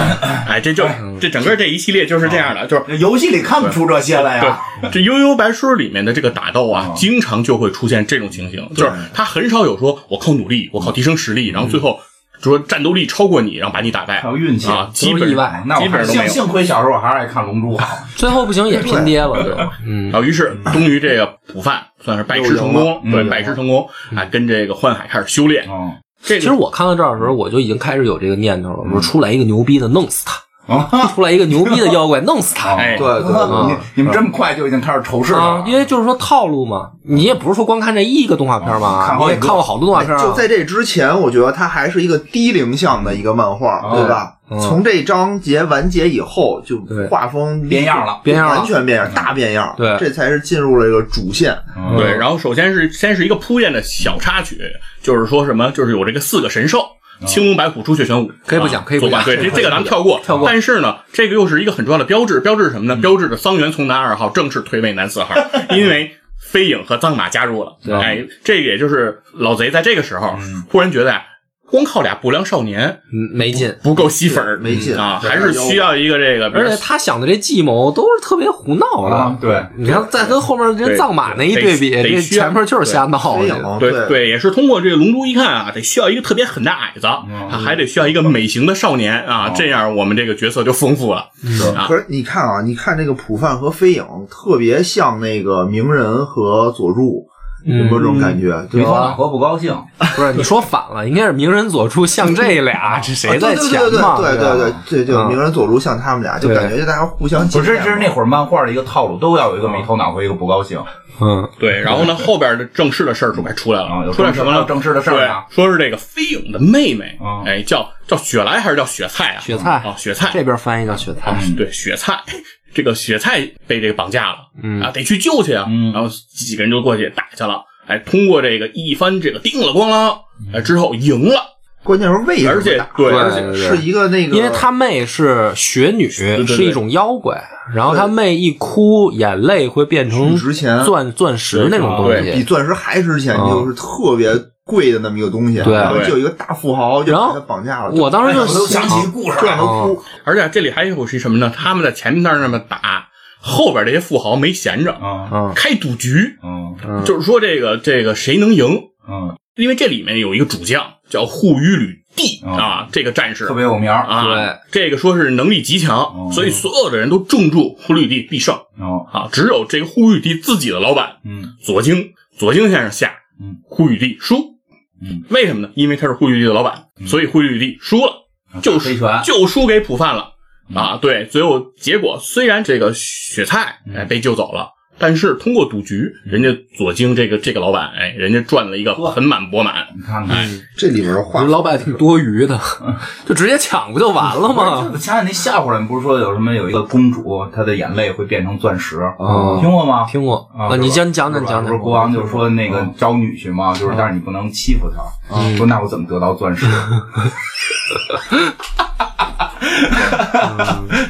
哎，这就这整个这一系列就是这样的，就是。游戏里看不出这些来呀。对，这《悠悠白书》里面的这个打斗啊，经常就会出现这种情形，就是他很少有说我靠努力，我靠提升实力，然后最后说战斗力超过你，然后把你打败还。有运气哎啊，基都本是意外那我基本还上是都没幸有。幸亏小时候我还是爱看《龙珠》啊好，最后不行也拼爹了，对就嗯然，后，于是终于这个捕饭算是拜师成功，嗯对，拜师成功啊，跟这个幻海开始修炼。嗯，这其实个我看到这儿的时候，我就已经开始有这个念头了，我说出来一个牛逼的，弄死他；啊，哦出来一个牛逼的妖怪，弄死他。哎，对对对，你你们这么快就已经开始仇视啊了，因？为就是说套路嘛，你也不是说光看这一个动画片啊看嘛，好你几也个看过好多动画片啊。就在这之前，我觉得它还是一个低龄向的一个漫画，哦对嗯吧？从这章节完结以后，就对画风变样了变样了完全变样，大变样。对这才是进入了一个主线。嗯对，然后首先是先是一个铺垫的小插曲，就是说什么，就是有这个四个神兽。青龙白虎朱雀玄武，可以不啊讲可以不讲走吧对，这这个这个咱们跳过，跳过但是呢，这个又是一个很重要的标志，标志是什么呢？标志着桑原从男二号正式退位男四号，因为飞影和藏马加入了。啊哎，这个也就是老贼在这个时候忽然觉得啊，光靠俩不良少年嗯没劲，不够吸粉儿，没劲啊，对还是需要一个这个，比如而且他想的这计谋都是特别胡闹啊的。，对，你看，再跟后面这对藏马那一得对比，得这需要前面就是瞎闹飞影哦的。对对也是通过这个《龙珠》一看啊，得需要一个特别狠的矮子，嗯啊还得需要一个美型的少年哦啊，这样我们这个角色就丰富了。嗯啊可是你看啊，你看这个普范和飞影特别像那个鸣人和佐助，有没有这种感觉？啊米对吧高老婆不高兴，不是，你说反了，应该是鸣人佐助像这俩，这谁在前嘛？对对对吧对对，嗯鸣人佐助像他们俩，就对感觉就大家互相不是，检这验是那会儿漫画的一个套路，都要有一个没头脑和一个不高兴。嗯，对，然后 [laughs] 呢，后边的正式的事儿就该出来啊有了，出来什么正了？式正式的事儿对啊，说是这个飞影的妹妹啊，哎，叫叫雪莱还是叫雪菜啊？雪菜啊，雪菜这边翻译叫雪菜啊，嗯对，雪菜。这个雪菜被这个绑架了，啊，得去救去啊，嗯然后几个人就过去打去了，哎，通过这个一番这个叮了咣啷，嗯哎，之后赢了，关键是为什么而且打对，对而且对对是一个那个，因为她妹是雪女，对对是一种妖怪，然后她妹一哭，眼泪会变成巨值钱钻钻石那种东对比西。钻石还值钱，就是特别贵的那么一个东嗯西。啊对然后对就有一个大富豪就然后把他绑架了。我当时哎就嗯我都想想，起故事这样了，都哭，而且这里还有是什么呢？他们在前面那儿那么打，后边这些富豪没闲着，嗯嗯开赌局，嗯嗯就是说这个这个谁能赢？嗯，因为这里面有一个主将叫护于吕帝嗯啊，这个战士特别有名儿。啊，这个说是能力极强，嗯所以所有的人都重注护吕帝必胜哦，啊，只有这个护吕帝自己的老板嗯左京左京先生下嗯，护吕帝输嗯，为什么呢？因为他是护吕帝的老板，所以护吕帝输了。就飞输拳，就输啊给普范了嗯啊！对，最后结果虽然这个雪菜哎嗯被救走了，但是通过赌局，人家左京这个这个老板哎，人家赚了一个盆满钵满。你看看，这里边的我话觉得老板挺多余的， [laughs] 就直接抢不就完了哦吗？我想想那笑话，你不是说有什么有一个公主，她的眼泪会变成钻石，哦听过吗？听过啊啊，你是吧先讲是吧讲讲哦不是讲。国王就说那个招女婿嘛，就是但是你不能欺负她，嗯说那我怎么得到钻石？嗯 [laughs]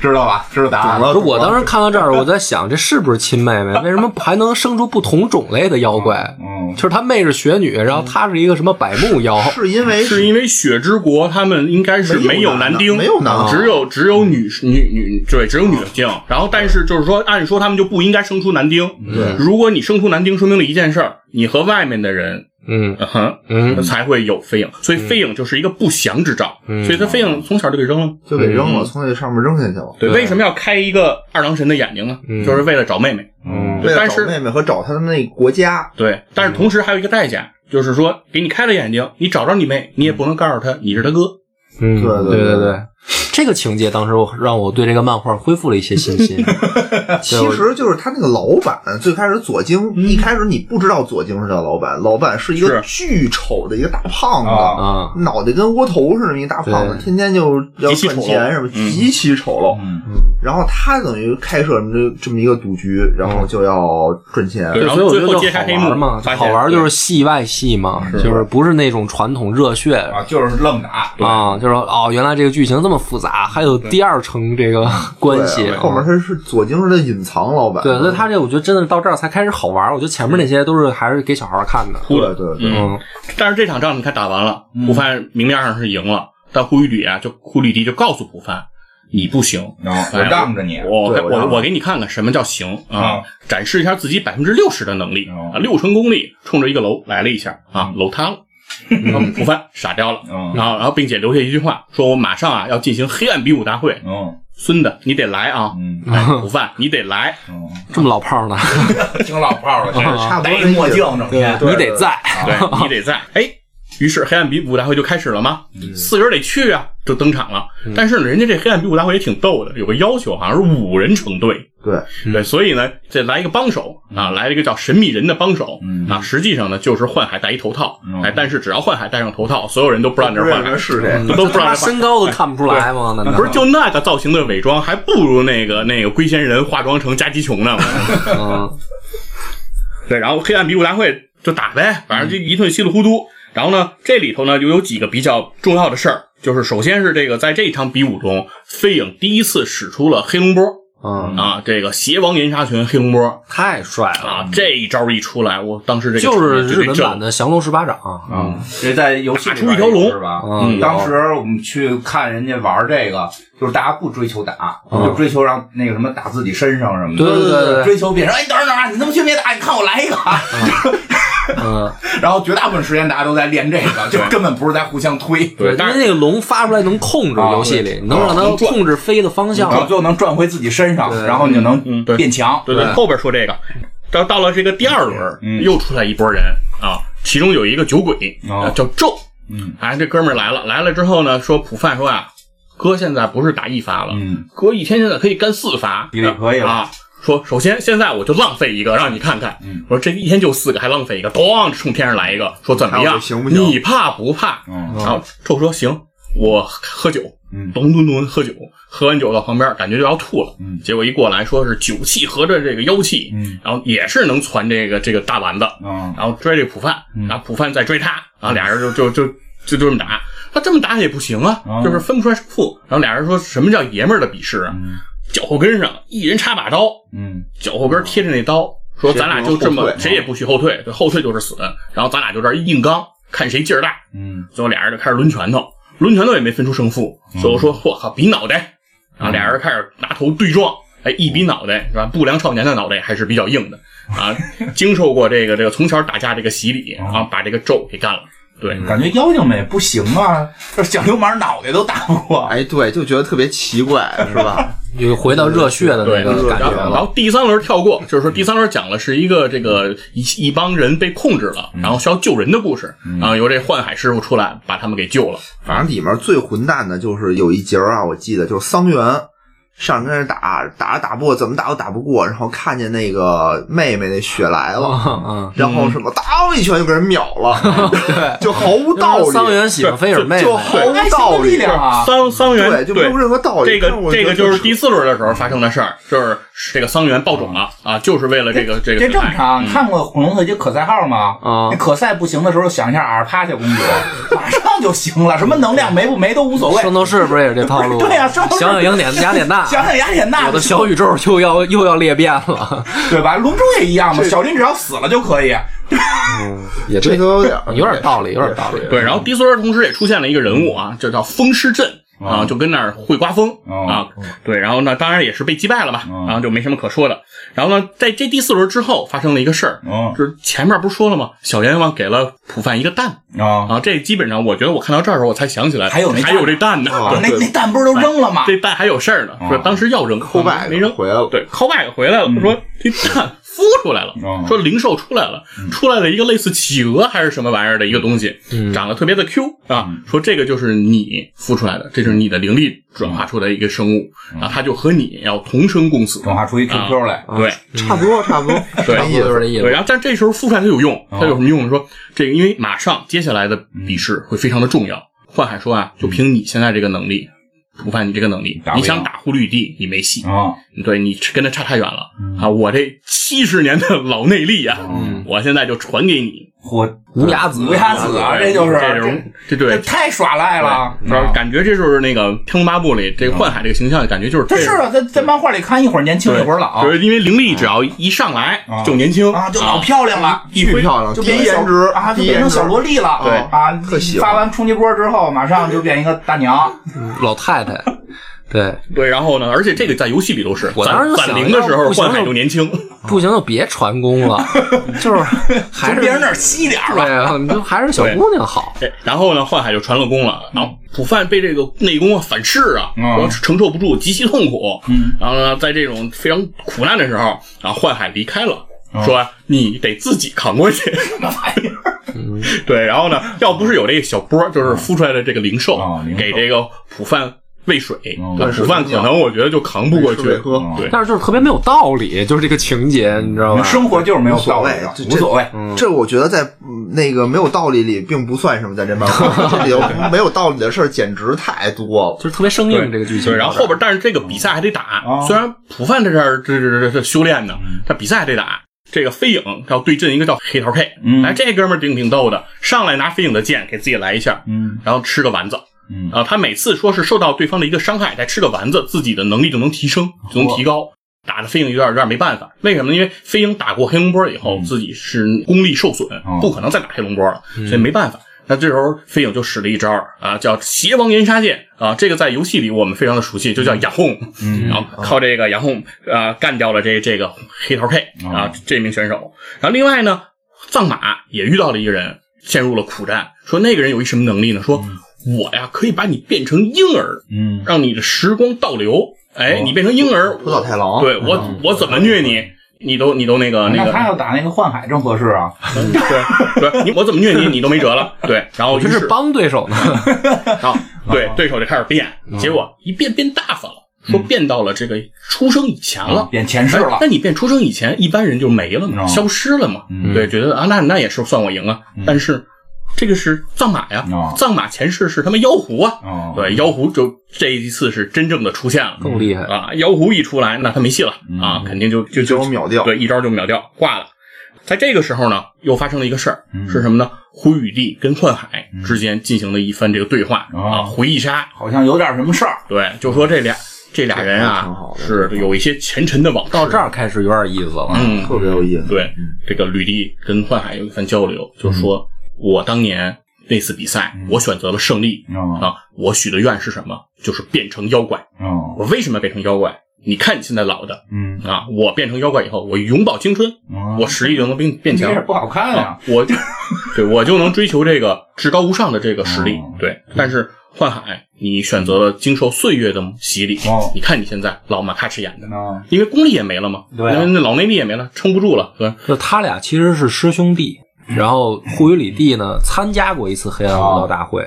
知道吧？知道答案懂了不是我当时看到这儿，我在想，这是不是亲妹妹？为什么还能生出不同种类的妖怪？嗯就是她妹是雪女，然后她是一个什么百慕妖？是因为是因为雪之国他们应该是哎没有有男的丁，没有男的嗯只有只有女女女对，只有女性。然后，但是就是说，按说他们就不应该生出男丁。对嗯如果你生出男丁，说明了一件事儿，你和外面的人，嗯嗯哼，嗯，才会有飞影。嗯所以飞影就是一个不祥之兆，嗯所以他飞影从小就给扔了。就给扔了，从那上面扔下去嗯了。对，对为什么要开一个二郎神的眼睛呢？嗯就是为了找妹妹。嗯为了但找是妹妹和找他的那国家，对，但是同时还有一个代价，就是说给你开了眼睛，你找着你妹，你也不能告诉她你是她哥。嗯，对对对对对，这个情节当时我让我对这个漫画恢复了一些信 [laughs] 心。其实就是他那个老板。最开始左京，一开始你不知道左京是他老板，老板嗯是一是个巨丑的一个大胖啊子。啊，脑袋跟窝头似的，一大胖子，对天天就要极其赚丑陋钱什么，嗯极其丑陋。嗯然后他等于开设这这么一个赌局，然后就要赚钱。对对，然所以后我觉最后得揭这开好黑幕玩嘛，发现好玩就是戏外戏嘛，就是不是那种传统热血啊，就是愣打，啊，就是说哦，原来这个剧情这么复杂，还有第二层这个关系对。后面他是左京是他隐藏老板，对，所以他这我觉得真的到这儿才开始好玩。我觉得前面那些都是还是给小孩看的。对对对，嗯，但是这场仗你看打完了，普范明面上是赢了，但呼吁吕啊，就呼吁迪就告诉普范，你不行。然后我哎让着你，我对我我让我给你看看什么叫行啊啊，展示一下自己百分之六十的能力哦啊，六成功力，冲着一个楼来了一下啊，嗯楼塌了普范傻掉了，嗯然后然后并且留下一句话，说我马上啊要进行黑暗比武大会，嗯孙子你得来 [laughs] 啊，嗯哎，普范你得来，嗯，这么老炮 [laughs] 呢，嗯挺老炮哎儿的，这 [laughs] 是差不多戴一墨镜整天。你得在，对你得在，哎。于是黑暗比武大会就开始了吗？四个人得去啊，就登场了。但是呢，人家这黑暗比武大会也挺逗的，有个要求，好像是五人成队。对，对，所以呢，这来一个帮手啊，来了一个叫神秘人的帮手嗯啊，实际上呢就是幻海戴一头套嗯，哎，但是只要幻海戴上头套，所有人都不知道你不是认幻识海，是谁。 [laughs] 都不知道嗯他你是幻身海。高都看不出来吗？难道啊不是就那个造型的伪装，还不如那个那个龟仙人化妆成加基琼呢。 [laughs] 嗯对，然后黑暗比武大会就打呗，反正就一顿稀里糊涂。然后呢，这里头呢又有几个比较重要的事儿，就是首先是这个在这一场比武中，飞影第一次使出了黑龙波嗯，啊，这个邪王银沙拳黑龙波，太帅了，啊，这一招一出来，我当时这个就是日场面绝本对版的降龙十八掌，啊，这在游戏嗯里打出一条龙是吧？嗯当时我们去看人家玩这个，就是大家不追求打，就追求让那个什么打自己身上什么的。对对对对对追求别人。哎，你等会儿等会儿，你他妈先别打，你看我来一个啊。嗯，然后绝大部分时间大家都在练这个，就根本不是在互相推。对因但为是那个龙发出来能控制啊游戏里，能让它能转控制飞的方向然，后最后能转回自己身上，然后你就能嗯对变强。对对，后边说这个，到到了这个第二轮，嗯又出来一波人啊，其中有一个酒鬼、哦啊叫咒，嗯，哎，这哥们儿来了，来了之后呢，说普范说啊，哥现在不是打一发了，嗯，哥一天现在可以干四发，比例可以了啊。说，首先现在我就浪费一个，让你看看。嗯我说这一天就四个，还浪费一个，咣冲天上来一个，说怎么看样？我行不行你怕不怕？嗯然后臭说行，我喝酒，嗯咚咚咚喝酒，喝完酒到旁边感觉就要吐了，嗯结果一过来说是酒气合着这个妖气，嗯然后也是能传这个这个大丸子，嗯然后追这个普范，然后普范再追他，然后俩人就就就就就这么打。他这么打也不行啊，嗯就是分不出来胜负。然后俩人说什么叫爷们儿的比试啊？嗯脚后跟上一人插把刀，嗯脚后跟贴着那刀，说咱俩就这么谁也不许后退，对，后退就是死。然后咱俩就这儿硬刚，看谁劲儿大。嗯最后俩人就开始抡拳头，抡拳头也没分出胜负。嗯所以我说，我靠，比脑袋。然后俩人开始拿头对撞，哎，一比脑袋是吧？不良少年的脑袋还是比较硬的啊， [laughs] 经受过这个这个从小打架这个洗礼啊，把这个咒给干了。对，嗯感觉妖精们也不行啊，这小流氓脑袋都打不过。哎，对，就觉得特别奇怪，是吧？又回到热血的那对，个感觉然后了。然后第三轮跳过，就是说第三轮讲的是一个这个一一帮人被控制嗯了，然后需要救人的故事，然后由这幻海师傅出来把他们给救了。反正里面最混蛋的就是有一节儿啊，我记得就是桑园上跟那打，打着打不过，怎么打都打不过，然后看见那个妹妹那雪来啊了， [laughs] 嗯，然后什么当一拳就给人秒了，对，就毫无道理，桑园喜欢菲尔妹妹就，毫哎无什道么力理，量啊！桑桑园对，就没有任何哦道这理。个但是我觉这得个就是第四轮的时候发生的事儿，就是这个桑园爆种了啊，就是为了这个这个哎这正比赛常。你看过《恐龙特级可赛号》吗？嗯啊那可赛不行的时候，想一下阿尔帕夏公主， [laughs] 马上就行了。什么能量没不没都无 [laughs] 所谓。圣斗士不是也是这套路？ [laughs] 对啊呀圣斗士想想雅典雅典娜， [laughs] 想想雅典娜我的小宇宙就要又要裂变了，对吧？龙珠也一样嘛，小林只要死了就可以。也这对，都有点有点道理，有点道理。对，然后迪斯科同时也出现了一个人物啊，就叫风湿阵啊，就跟那儿会刮风哦啊。对，然后呢，当然也是被击败了吧，嗯然后就没什么可说的。然后呢，在这第四轮之后发生了一个事儿，嗯就是前面不是说了吗？小阎王给了普范一个蛋啊，啊，这基本上我觉得我看到这儿的时候我才想起来，还有那还蛋有这蛋呢，哦 [laughs] 对啊那那蛋不是都扔了吗？这蛋还有事儿呢，说当时要扔，扣拜没扔，回来了。对，靠外回来了，说这蛋孵出来了哦，说灵兽出来了，出来了一个类似企鹅还是什么玩意儿的一个东西，长得特别的 Q 啊，说这个就是你孵出来的，这是你的灵力转化出来的一个生物，然后它就和你要同生共死。转化出一 QQ 啊来，对 [laughs] 差不多，差不多，对什么意就是思？这意对，思。然后但这时候孵出来它有用，它有什么用呢？说这个，因为马上接下来的比试会非常的重要。幻海说啊，就凭你现在这个能力，不怕你这个能力打，不你赢想打护绿地，你没戏。啊，对你跟他差太远了、嗯啊！我这七十年的老内力啊，我现在就传给你。火无涯子无涯子啊，对这就是这种，这对这，太耍赖了。嗯然后感觉这就是那个《天龙八部》里这个幻海这个形象，感觉就是这是种啊，在在漫画里看一会儿年轻对一会儿老就是因为灵力只要一上来啊就年轻啊，就老漂亮了，一挥漂亮，就变低成小颜值啊，就低变颜成值小萝莉了。对啊特喜，欢 [laughs] 发完冲击波之后，马上就变一个大娘。老太太，对，对，然后呢，而且这个在游戏里都是，我当攒时就攒想零的时要候，不行幻海就就年轻，不行就别传功了，就是还从是别人那儿吸点儿吧对。啊，你就还是小姑娘好。哎，然后呢，幻海就传了功了，然后普范被这个内功啊反噬啊，嗯然后承受不住，极其痛苦。嗯，然后呢，在这种非常苦难的时候，然后幻海离开了。啊说你得自己扛过 [laughs] 去，对，然后呢，要不是有这个小波儿，就是孵出来的这个灵兽啊灵兽给这个普范喂水，嗯那普范可能我觉得就扛不过去，喂水喝对，但是就是特别没有道理，就是这个情节，你知道吧？生活就是没有所谓的无所谓，这无所谓。这我觉得在嗯那个没有道理里并不算什么，在这漫 [laughs] 画这里有没有道理的事儿简直太多了。就是特别生硬这个剧情。对，然后后边但是这个比赛还得打，啊虽然普范在这儿这这这这修炼呢，但比赛还得打。这个飞影要对阵一个叫黑桃 K，嗯哎，这哥们儿挺挺逗的，上来拿飞影的剑给自己来一下，嗯然后吃个丸子。嗯啊，他每次说是受到对方的一个伤害，再吃个丸子，自己的能力就能提升，就能提高。打的飞影有点有点没办法，为什么呢？因为飞影打过黑龙波以后，自己是功力受损，不可能再打黑龙波了，所以没办法。那这时候飞影就使了一招啊，叫邪王岩杀剑啊，这个在游戏里我们非常的熟悉，就叫雅轰。嗯然后靠这个雅轰啊干掉了这这个黑桃 K 啊这名选手。然后另外呢，藏马也遇到了一个人，陷入了苦战，说那个人有一什么能力呢？说我呀可以把你变成婴儿，嗯让你的时光倒流。哎，你变成婴儿，不倒太郎，对我我怎么虐你，你都你都那个那那个，他要打那个幻海正合适啊。对对，你我怎么虐你，你都没辙了。对，然后我于这是是帮对手 [laughs] 呢，啊，对，对手就开始变，结果一变变大发了，说变到了这个出生以前了。变前世哎了那。你变出生以前，一般人就没了嘛，哦消失了嘛。嗯对，觉得啊，那那也是算我赢啊。嗯但是这个是藏马呀，哦藏马前世是他妈妖狐啊。嗯哦对，妖狐就这一次是真正的出现了。更厉害。啊，妖狐一出来，那他没戏了啊，肯定就就嗯一招就秒掉对，一招就秒掉，挂了。在这个时候呢，又发生了一个事儿，嗯是什么呢？胡雨帝跟幻海之间进行了一番这个对话、哦啊，回忆杀，好像有点什么事儿。对，就说这俩这俩人这还挺啊好的是有一些前尘的往事到这儿开始有点意思了。嗯，特别有意思。对，嗯这个吕丽跟幻海有一番交流，就说我当年那次比赛，嗯我选择了胜利哦啊，我许的愿是什么？就是变成妖怪。哦，我为什么变成妖怪？你看你现在老的嗯，啊，我变成妖怪以后，我永葆青春，哦我实力就能变变这强事。不好看呀啊。，我就对我就能追求这个至高无上的这个实力哦。对，但是幻海，你选择了经受岁月的洗礼哦，你看你现在老马卡什演的，哦因为功力也没了嘛，对啊因为那老内力也没了，撑不住了，对吧。就他俩其实是师兄弟，嗯然后护与里帝呢参加过一次黑暗武道大会，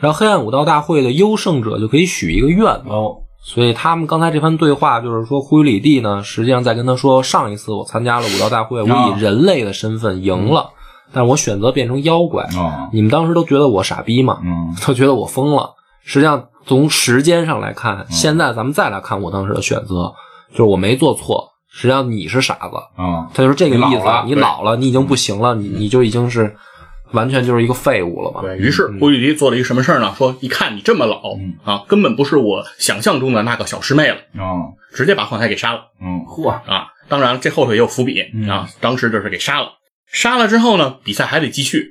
然后黑暗武道大会的优胜者就可以许一个愿嘛。哦，所以他们刚才这番对话，就是说呼与里地呢，实际上在跟他说，上一次我参加了武道大啊会，我以人类的身份赢了，但我选择变成妖怪。哦，你们当时都觉得我傻逼嘛，嗯，都觉得我疯了。实际上从时间上来看，现在咱们再来看我当时的选择，就是我没做错。实际上你是傻子，哦，他就是这个意你思啊老了。你老了，你已经不行了，你你就已经是完全就是一个废物了嘛。啊对于嗯是郭雨迪做了一个什么事儿呢？说一看你这么老、啊，根本不是我想象中的那个小师妹了，哦，直接把幻海给杀了嗯，嚯，啊！当然，这后头也有伏笔、嗯啊，当时就是给杀了。杀了之后呢，比赛还得继续，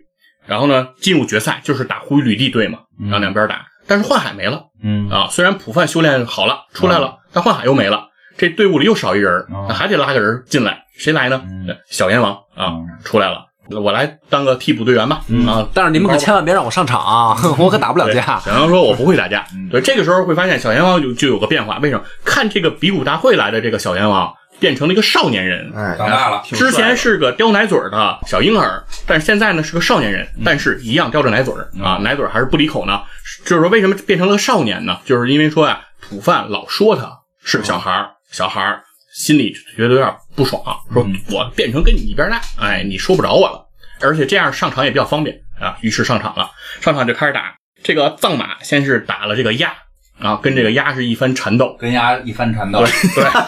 然后呢进入决赛就是打呼雨吕地队嘛，然后两边打，但是幻海没了嗯，啊。虽然普范修炼好了出来了，但幻海又没了。这队伍里又少一人，哦那还得拉个人进来，谁来呢？呃嗯小阎王啊嗯，出来了，我来当个替补队员吧、啊。但是你们可千万别让我上场啊， [laughs] 我可打不了对，架。小阎王说我不会打架嗯。对，这个时候会发现小阎王就就有个变化，为什么？看这个比武大会来的这个小阎王变成了一个少年人。哎，长大了，挺帅之的前是个叼奶嘴儿的小婴儿，但是现在呢是个少年嗯人，但是一样叼着奶嘴儿啊，奶嘴儿还是不离口呢。就是说，为什么变成了个少年呢？就是因为说啊，普范老说他是个小孩哦儿，小孩儿心里觉得有点不爽，说嗯我变成跟你一边儿大，哎，你说不着我了。而且这样上场也比较方便啊，于是上场了，上场就开始打。这个藏马先是打了这个鸭啊，跟这个鸭是一番缠 [laughs] 斗，跟丫一番缠斗，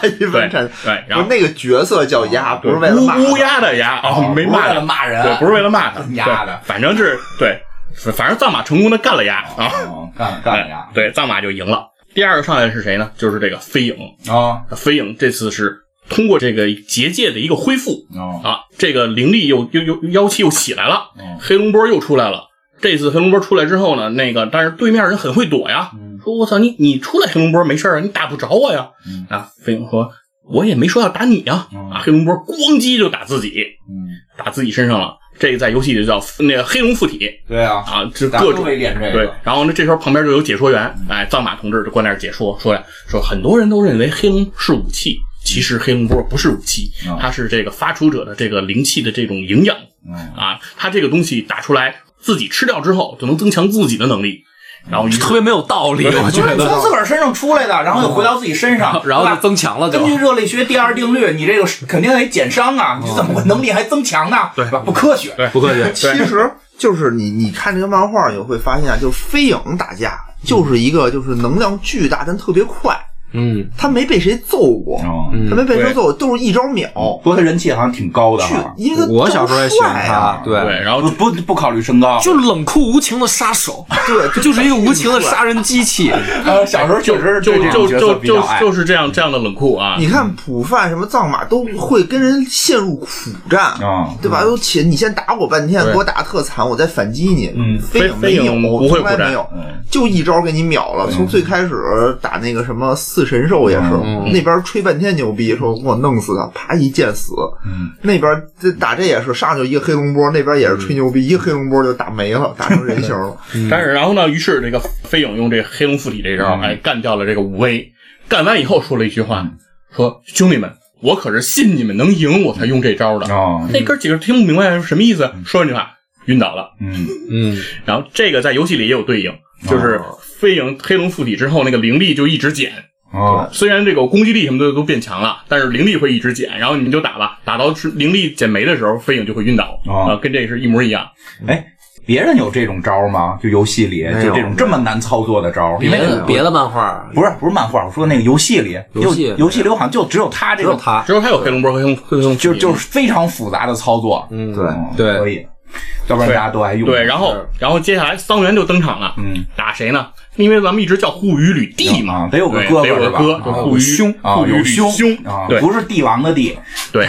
一对分产，对，然后不是那个角色叫鸭，哦不是为了骂他哦乌乌鸦的鸭啊，没不是骂为他了骂人，对，不是为了骂他，压的对反正是对，反反正藏马成功的干了鸭啊，哦，干了干了呀哎，对，藏马就赢了。第二个上来的是谁呢？就是这个飞影，啊，飞影这次是通过这个结界的一个恢复哦，啊，这个灵力又又又妖气又起来了，嗯黑龙波又出来了，这次黑龙波出来之后呢，那个但是对面人很会躲呀，说我操你你出来黑龙波没事儿啊，你打不着我呀。嗯啊，飞勇说我也没说要打你呀、嗯啊，黑龙波咣叽就打自己，嗯，打自己身上了。这个在游戏里就叫那个黑龙附体对啊，啊，就咱各都种得练这对个，，然后呢，这时候旁边就有解说员，哎，藏马同志就过那儿解说，说呀，说很多人都认为黑龙是武器，其实黑龙波不是武器嗯，它是这个发出者的这个灵气的这种营养嗯，啊，它这个东西打出来，自己吃掉之后就能增强自己的能力，嗯然后于是特别没有道理，[laughs] 我觉就是从得。自个儿身上出来的，然后又回到自己身上， [laughs] 然后对就吧增强了，就根据热力学第二定律，你这个是肯定得减伤啊，你怎么能力还增强呢？对吧？不科学。对不客 [laughs] 气。其实就是你你看这个漫画，你会发现啊，就是飞影打架就是一个就是能量巨大，但特别快，嗯，他没被谁揍过，哦嗯他没被谁对揍，都是一招秒。不过他人气好像挺高的去哈，，因为他我小时候也喜欢高帅啊他，对，对，然后不不不考虑身高，就冷酷无情的杀手，对，这就是一个无情的杀人机器。呃小时候确实是就对 [laughs] 这就种角就色比较就爱。就是这样这样的冷酷啊，你看普范什么藏马都会跟人陷入苦战，哦啊对吧？而且你先打我半天，对给我打得特惨，我再反击你。嗯飞影飞没有影不会从来苦战没有嗯，就一招给你秒了。从最开始打那个什么四神兽也是，那边吹半天牛逼，说给我弄死他，啪一剑死。嗯那边这打这也是上去一个黑龙波，那边也是吹牛逼，一个黑龙波就打没了，打成人形了。但是然后呢，于是这个飞影用这黑龙附体这招，嗯哎，干掉了这个武威。干完以后说了一句话，说兄弟们，我可是信你们能赢，我才用这招的。哦那哥几个听不明白是什么意思，说完这话晕倒了。嗯嗯，然后这个在游戏里也有对哦应，就是飞影黑龙附体之后，那个灵力就一直减。哦虽然这个攻击力什么的都变强了，但是灵力会一直减。然后你们就打吧，打到是灵力减没的时候，飞影就会晕倒哦啊，跟这个是一模一样。哎。别人有这种招吗？就游戏里没有就这种这么难操作的招，因别为的别的漫画不是不是漫画，我说那个游戏里，游戏就游戏里我好像就只有他这只有个，他，只有他有黑龙波和黑龙黑龙附体，就就是非常复杂的操作，嗯，对嗯对所以要不然大家都爱用对，然后嗯然后接下来桑园就登场了，嗯，打谁呢？因为咱们一直叫护羽吕地嘛，啊得有个对哥哥得有是个吧哥，啊就护羽兄啊护羽有吕兄兄啊，对不是帝王的帝对，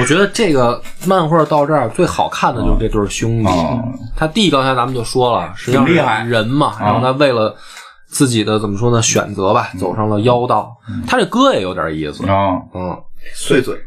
我觉得这个漫画到这儿最好看的就是这对兄弟嗯哦。他弟刚才咱们就说了，实际上挺厉害嗯是人嘛，然后他为了自己的怎么说呢选择吧，走上了妖道。嗯他这哥也有点意思，啊，嗯，碎嘴子，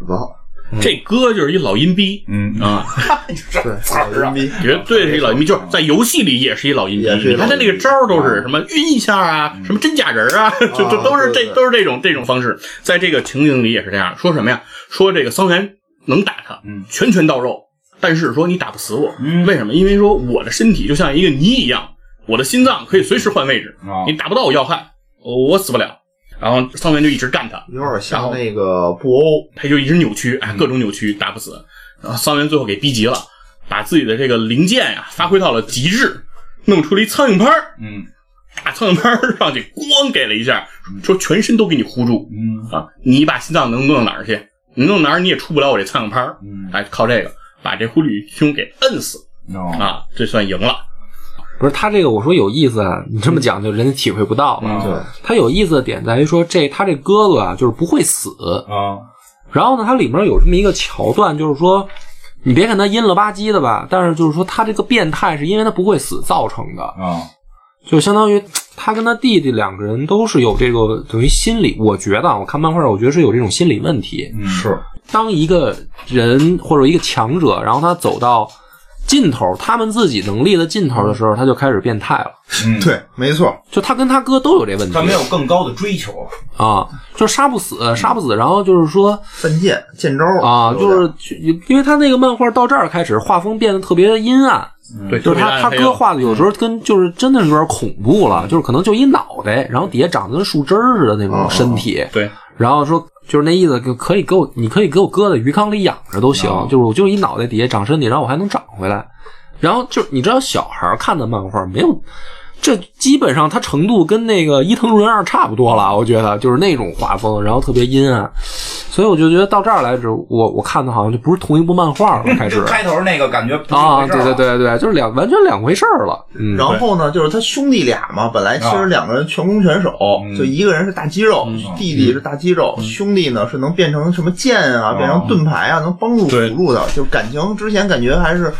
这哥就是一老阴逼嗯啊，对，词儿人啊，民币绝对是一老阴逼，就是在游戏里也是一老阴逼也。是一你看他老那阴逼个招儿都是什么晕一下啊，什么真假人啊，就就都是对这对都是这种这种方式，在这个情景里也是这样。说什么呀？说这个桑园能打他嗯，拳拳到肉，但是说你打不死我，嗯为什么？因为说我的身体就像一个泥一样，我的心脏可以随时换位置，啊你打不到我要害，我我死不了。然后桑园就一直干他，有点像那个布欧，他就一直扭曲，哎，各种扭曲，打不死。然后桑园最后给逼急了，把自己的这个零件呀、发挥到了极致，弄出了一苍蝇拍儿，嗯打苍蝇拍儿上去，咣给了一下，说全身都给你糊住嗯啊！你把心脏能弄哪儿去？你弄哪儿你也出不了我这苍蝇拍儿，嗯，哎，靠这个把这狐狸兄给摁死哦，啊，这算赢了。不是他这个我说有意思，啊，你这么讲就人家体会不到嘛。嗯他有意思的点在于说这他这哥哥啊就是不会死，啊然后呢，它里面有这么一个桥段，就是说，你别看他阴了吧唧的吧，但是就是说他这个变态是因为他不会死造成的，啊，就相当于他跟他弟弟两个人都是有这个等于心理，我觉得啊，我看漫画我觉得是有这种心理问题。嗯是当一个人或者一个强者，然后他走到尽头，他们自己能力的尽头的时候，他就开始变态了。嗯，对，没错，就他跟他哥都有这问题他没有更高的追求，啊，就杀不死，杀不死，然后就是说。犯贱见招啊，有就点是去因为他那个漫画到这儿开始，画风变得特别阴暗，对，就是特别他他暗黑哥了画的有时候跟就是真的是有点恐怖了，就是可能就一脑袋，然后底下长得跟树枝儿似的那种身体，哦对，然后说就是那意思，就可以给我，你可以给我搁在鱼缸里养着都行，哦就是我就一脑袋底下长身体，然后我还能长回来。然后就是你知道小孩儿看的漫画没有，这基本上它程度跟那个伊藤润二差不多了，我觉得就是那种画风，然后特别阴暗，所以我就觉得到这儿来之后，我我看的好像就不是同一部漫画了，开始就嗯开头那个感觉不是啊，一回对事儿对对对，就是两完全两回事儿了，嗯，然后呢，就是他兄弟俩嘛，本来其实两个人全攻全手，嗯就一个人是大肌肉，弟弟是大肌肉，兄弟呢是能变成什么剑啊，变成盾牌啊，能帮助辅对助的，就是感情之前感觉还是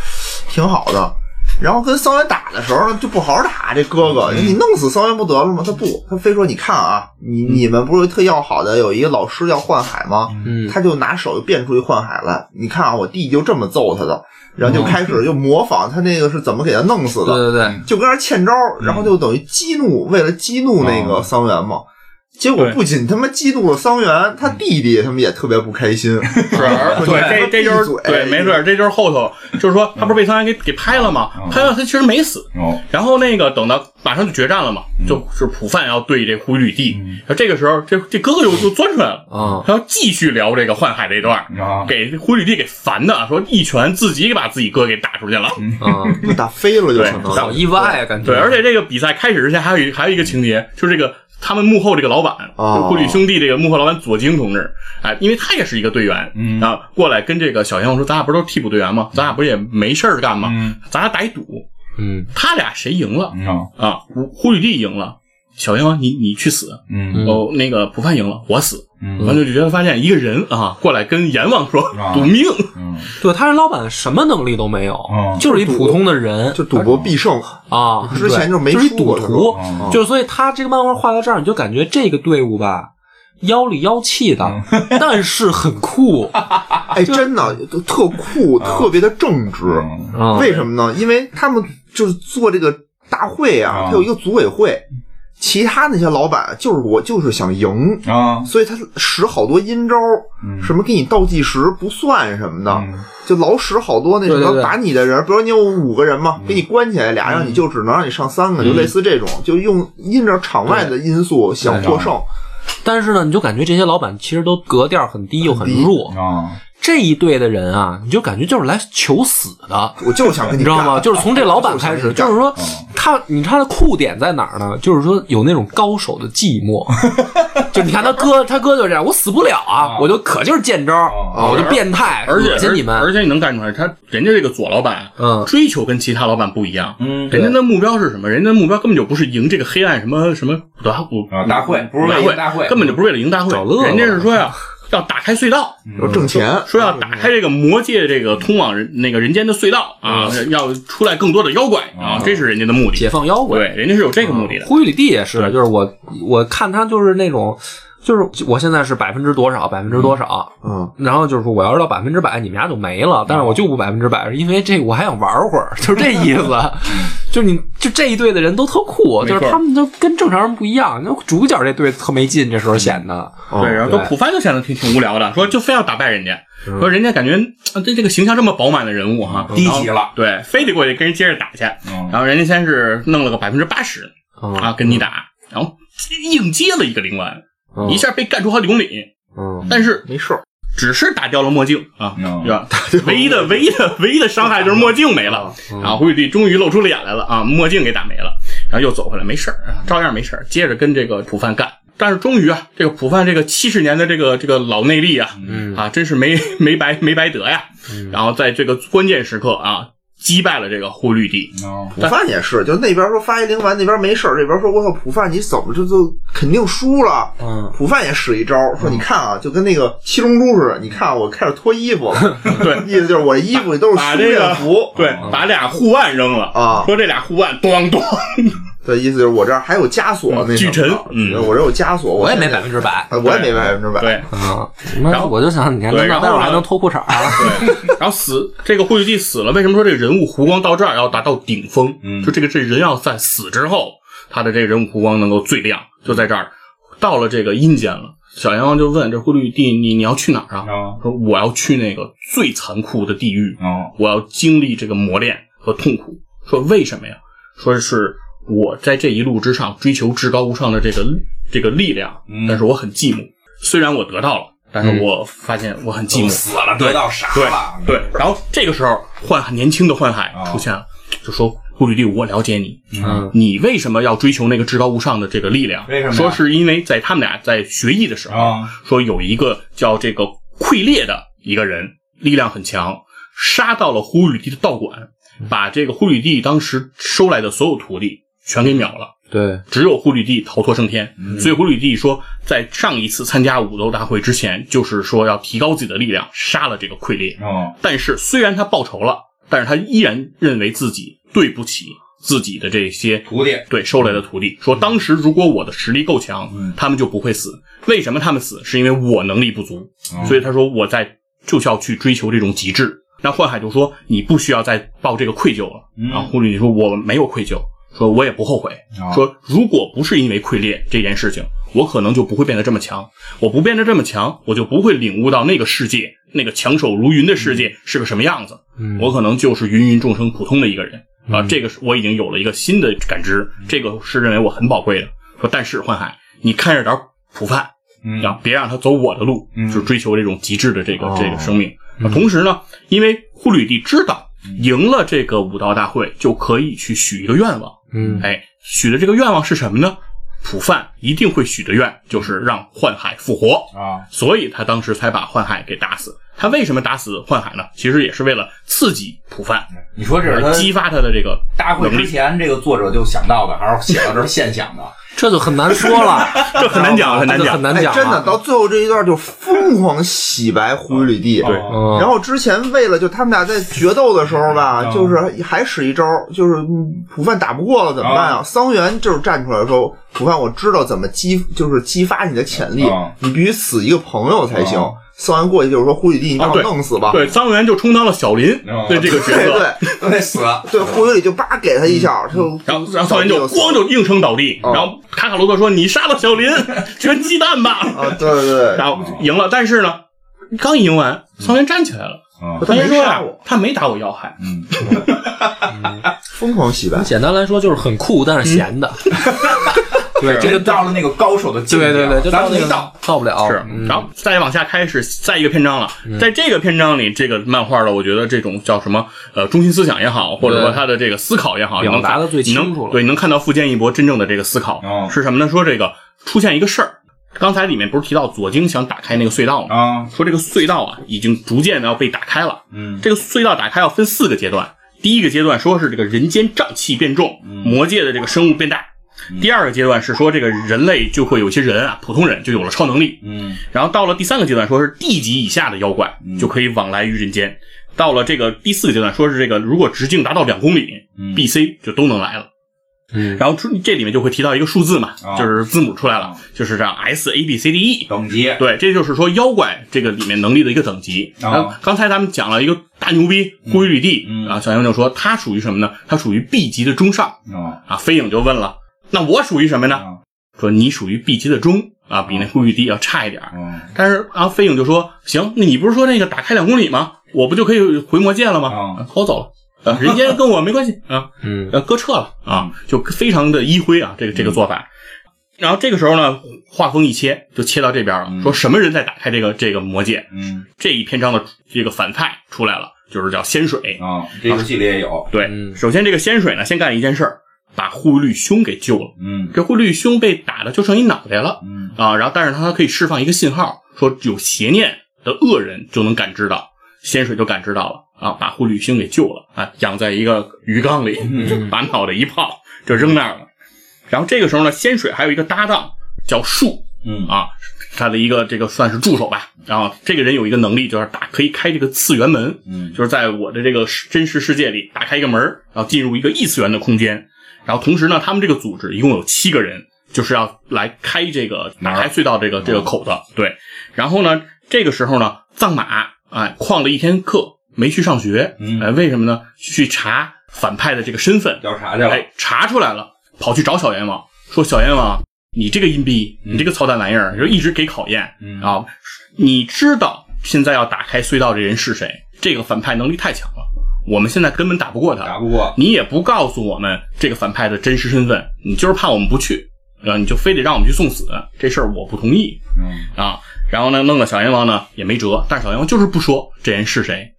挺好的。然后跟桑园打的时候呢，就不好好打这哥哥，你弄死桑园不得了吗？他不，他非说你看啊，你你们不是特要好的有一个老师叫幻海吗？嗯他就拿手就变出一幻海来，你看啊，我弟就这么揍他的，然后就开始就模仿他那个是怎么给他弄死对的，对对，就跟那儿欠招，然后就等于激怒，为了激怒那个桑园嘛。结果对不仅他妈激怒了桑园，他弟弟他们也特别不开心。是，对，这这就是对，没错，这就是后头，就是说他不是被桑园给给拍了吗？拍了他其实没死，哦，然后那个等到马上就决战了嘛，就是普范要对这胡吕帝，然后这个时候这这哥哥又又钻出来了，啊，然后继续聊这个幻海这段，啊，给胡吕帝给烦的，说一拳自己把自己哥给打出去了。嗯，那打飞了就成 [laughs] 对了好。意外啊，感觉。对，而且这个比赛开始之前还有一还有一个情节，就是这个他们幕后这个老板，哦就是顾里兄弟这个幕后老板左京同志，哎，因为他也是一个队员，嗯啊，过来跟这个小鲜肉说，咱俩不是都是替补队员吗？咱俩不是也没事儿干吗？嗯咱俩打一赌，嗯他俩谁赢了、啊，啊？胡胡雨帝赢了。小阎王，你你去死！嗯哦，那个普范赢了，我死。嗯完了就觉得发现一个人啊，过来跟阎王说啊赌命，嗯，对，他是老板，什么能力都没有，嗯就是一普通的人就赌博必胜，啊。之前就就没就是一输过赌是吧徒哦嗯，就是所以他这个漫画画到这儿，你就感觉这个队伍吧，妖里妖气的，嗯 [laughs] 但是很酷哎，真的都特酷，特别的正直。嗯啊。为什么呢？因为他们就是做这个大会啊，啊他有一个组委会，其他那些老板就是我就是想赢，啊，所以他使好多阴招，什么给你倒计时不算什么的，嗯就老使好多那什对对么对把你的人，比如你有五个人嘛，给你关起来俩，让你就只能让你上三个，就类似这种，就用因着场外的因素想获胜。但是呢，你就感觉这些老板其实都格调很低又很弱。嗯啊，这一队的人啊，你就感觉就是来求死的，我就想跟你你知道干吗？就是从这老板开 [laughs] 始，就是说他，你看他的酷点在哪儿呢？就是说有那种高手的寂 [laughs] 寞，就你看他哥，他哥就这样，我死不了啊，我就可劲儿见招儿，啊哦我就变态，哦而且恶心你们，而且你能看出来，他人家这个左老板，啊嗯追求跟其他老板不一样，嗯人家的目标是什么？人家的目标根本就不是赢这个黑暗什么什么大不啊大会不是为大了赢会大会根本就不是为了赢大会找乐，人家是说呀。要打开隧道，嗯要挣钱。说要打开这个魔界这个通往人那个人间的隧道啊，嗯要出来更多的妖怪啊，这是人家的目解的。放妖怪。对，人家是有这个目的的。呼吁呃里地也是，对就是我我看他就是那种，就是我现在是百分之多少，百分之多少。嗯，然后就是说，我要是到百分之百，你们俩就没了。但是我就不百分之百，因为这我还想玩会儿， [laughs] 就是这意思。就是你就这一队的人都特酷，没就错是他们都跟正常人不一样。那主角这队特没劲，这时候显得哦对，然后说对普番就显得挺挺无聊的，说就非要打败人家，说人家感觉呃这这个形象这么饱满的人物哈，啊低级了然后对，非得过去跟人接着打去，嗯然后人家先是弄了个百分之八十啊啊，跟你打，嗯然后硬接了一个灵丸，嗯一下被干出好几公里，嗯，但是没事儿，只是打掉了墨镜啊，嗯是吧？唯一的唯一的唯一的伤害就是墨镜没了，嗯啊，胡雨帝终于露出脸来了啊，墨镜给打没了，然后又走回来，没事儿，啊照样没事儿，接着跟这个普范干。但是终于啊，这个普范这个七十年的这个这个老内力啊，嗯嗯啊，真是没没白没白得呀。然后在这个关键时刻啊，击败了这个忽律帝。普范也是，就那边说发一灵丸，那边没事儿，这边说我操普范你怎么这就肯定输了？嗯，普范也使一招，说你看啊，就跟那个七龙珠似的，你看啊我开始脱衣服了， [laughs] 对， [laughs] 意思就是我这衣服里都是把修这个炼服，对，把俩护腕扔了啊说这俩护腕咣咣，对，意思就是我这儿还有枷锁嗯那什么巨沉的啊嗯我这有枷锁，我也现没在百分之百。啊我也没百分之百，对，嗯，那我就想，你看，对那然后待会儿呢还能脱裤衩啊儿。对，然后死这个霍雨帝死了，为什么说这个人物弧光到这儿要达到顶峰？嗯就这个这人要在死之后，他的这个人物弧光能够最亮，就在这儿，到了这个阴间了。小阎王就问这霍雨帝，你你要去哪儿啊？啊说我要去那个最残酷的地狱，啊我要经历这个磨练和痛苦。说为什么呀？说是我在这一路之上追求至高无上的这个这个力量，嗯但是我很寂寞。虽然我得到了，但是我发现我很寂寞。死了，得到啥对了？对，然后这个时候，幻年轻的幻海啊出现了，就说：“护吕帝，我了解你，嗯你为什么要追求那个至高无上的这个力量？为什么呀说是因为在他们俩在学艺的时候，啊说有一个叫这个溃裂的一个人，力量很强，杀到了呼吕帝的道馆，把这个呼吕帝当时收来的所有徒弟全给秒了。”对，只有胡吕帝逃脱升天，所以胡吕帝说，在上一次参加武斗大会之前，就是说要提高自己的力量，杀了这个溃裂。啊但是虽然他报仇了，但是他依然认为自己对不起自己的这些徒弟，对收来的徒弟，说当时如果我的实力够强，嗯他们就不会死。为什么他们死？是因为我能力不足。嗯所以他说我在就是要去追求这种极致。那幻海就说你不需要再抱这个愧疚了。啊嗯然后狐狸说我没有愧疚，说我也不后悔。啊说如果不是因为溃裂这件事情，我可能就不会变得这么强。我不变得这么强，我就不会领悟到那个世界，那个强手如云的世嗯界是个什么样子。嗯我可能就是芸芸众生普通的一个人啊。这个是我已经有了一个新的感知，这个是认为我很宝贵的。说但是幻海，你看着点儿普范，嗯啊，别让他走我的路，嗯就是追求这种极致的这个、哦这个生命。那同时呢，因为护吕帝知道赢了这个武道大会，就可以去许一个愿望。嗯哎，许的这个愿望是什么呢？普范一定会许的愿就是让幻海复活，啊，所以他当时才把幻海给打死。他为什么打死幻海呢？其实也是为了刺激普范，嗯你说这是他激发他的这个大会能之力。前这个作者就想到的，还是写到这儿现想的？这就很难说了，这很难讲，很难 [laughs] 这就讲很。难哎，讲了，啊真的，到最后这一段就疯狂洗白胡吕帝。对哦嗯，然后之前为了就他们俩在决斗的时候吧，嗯就是还使一招，就是嗯普范打不过了怎么嗯办啊？桑园就是站出来说，普范我知道怎么激，就是激发你的潜力嗯，你必须死一个朋友才行嗯。桑园过去就是说胡吕帝，你把啊我对弄死吧。对，桑园就充当了小林哦对这个角对 [laughs] 色，对都得死，对，胡吕帝就叭给他一下，就嗯然后，然后桑园就就死了咣就应声倒地。哦然后卡卡罗特说：“你杀了小 [laughs] 林，全鸡蛋吧。啊，对对”对，然后赢了，但是呢，刚赢完，桑园站起来了。嗯哦他桑没园说杀呀我，他没打我要害，嗯，疯狂洗白。简单来说就是很酷，但是闲 [laughs] 的。对， [laughs] 这就到了那个高手的境界对对了，对，就咱们那没个到，到不了。是嗯，然后再往下开始再一个篇章了，在这个篇章里，这个漫画的，我觉得这种叫什么呃中心思想也好，或者说他的这个思考也好，表能看达得最清你能楚了对，你能看到富坚义博真正的这个思考、哦是什么呢？说这个出现一个事儿，刚才里面不是提到左京想打开那个隧道吗？啊，说这个隧道啊，已经逐渐的要被打开了。嗯这个隧道打开要分四个阶段，第一个阶段说是这个人间瘴气变重，嗯魔界的这个生物变大。第二个阶段是说这个人类就会有些人啊，普通人就有了超能力。嗯然后到了第三个阶段，说是地级以下的妖怪就可以往来于人间。到了这个第四个阶段，说是这个如果直径达到两公里嗯，B、C 就都能来了。嗯，然后出这里面就会提到一个数字嘛啊，就是字母出来了，就是这样 S A B C D E。等级对，这就是说妖怪这个里面能力的一个等级。啊刚刚才咱们讲了一个大牛逼孤与吕地、嗯啊，小英就说他属于什么呢？他属于 B 级的中上啊，啊。飞影就问了，那我属于什么呢？啊说你属于 B 级的中啊，比那孤与吕地要差一点儿。嗯但是啊，飞影就说行，那你不是说那个打开两公里吗？我不就可以回魔界了吗？啊我走了。啊，人间跟我没关系啊，嗯，呃，搁撤了啊，就非常的一辉啊，这个这个做法。然后这个时候呢，画风一切，就切到这边嗯了，说什么人在打开这个这个魔戒？嗯这一篇章的这个反派出来了，就是叫仙水。啊，这游戏里也有，对，嗯首先这个仙水呢，先干了一件事儿，把护律兄给救了。嗯这护律兄被打的就剩一脑袋了嗯啊，然后但是他可以释放一个信号，说有邪念的恶人就能感知到，仙水就感知到了啊，把护律兄给救了啊，养在一个鱼缸里， [laughs] 把脑袋一泡就扔那儿了。然后这个时候呢，仙水还有一个搭档叫树嗯啊，他的一个这个算是助手吧。然后这个人有一个能力，就是打可以开这个次元门，嗯就是在我的这个世真实世界里打开一个门儿，然后进入一个异次元的空间。然后同时呢，他们这个组织一共有七个人，就是要来开这个打开隧道这嗯个这个口的。对，然后呢，这个时候呢，藏马哎旷了一天课没去上学，嗯哎为什么呢？去查反派的这个身份，调查去了，哎，查出来了，跑去找小阎王，说小阎王，你这个阴逼，你这个操蛋玩意儿，就一直给考验、嗯啊！你知道现在要打开隧道这人是谁？这个反派能力太强了，我们现在根本打不过打他。不过，你也不告诉我们这个反派的真实身份，你就是怕我们不去，啊，你就非得让我们去送死，这事儿我不同意嗯啊！然后呢，弄得小阎王呢也没辙，但是小阎王就是不说这人是谁。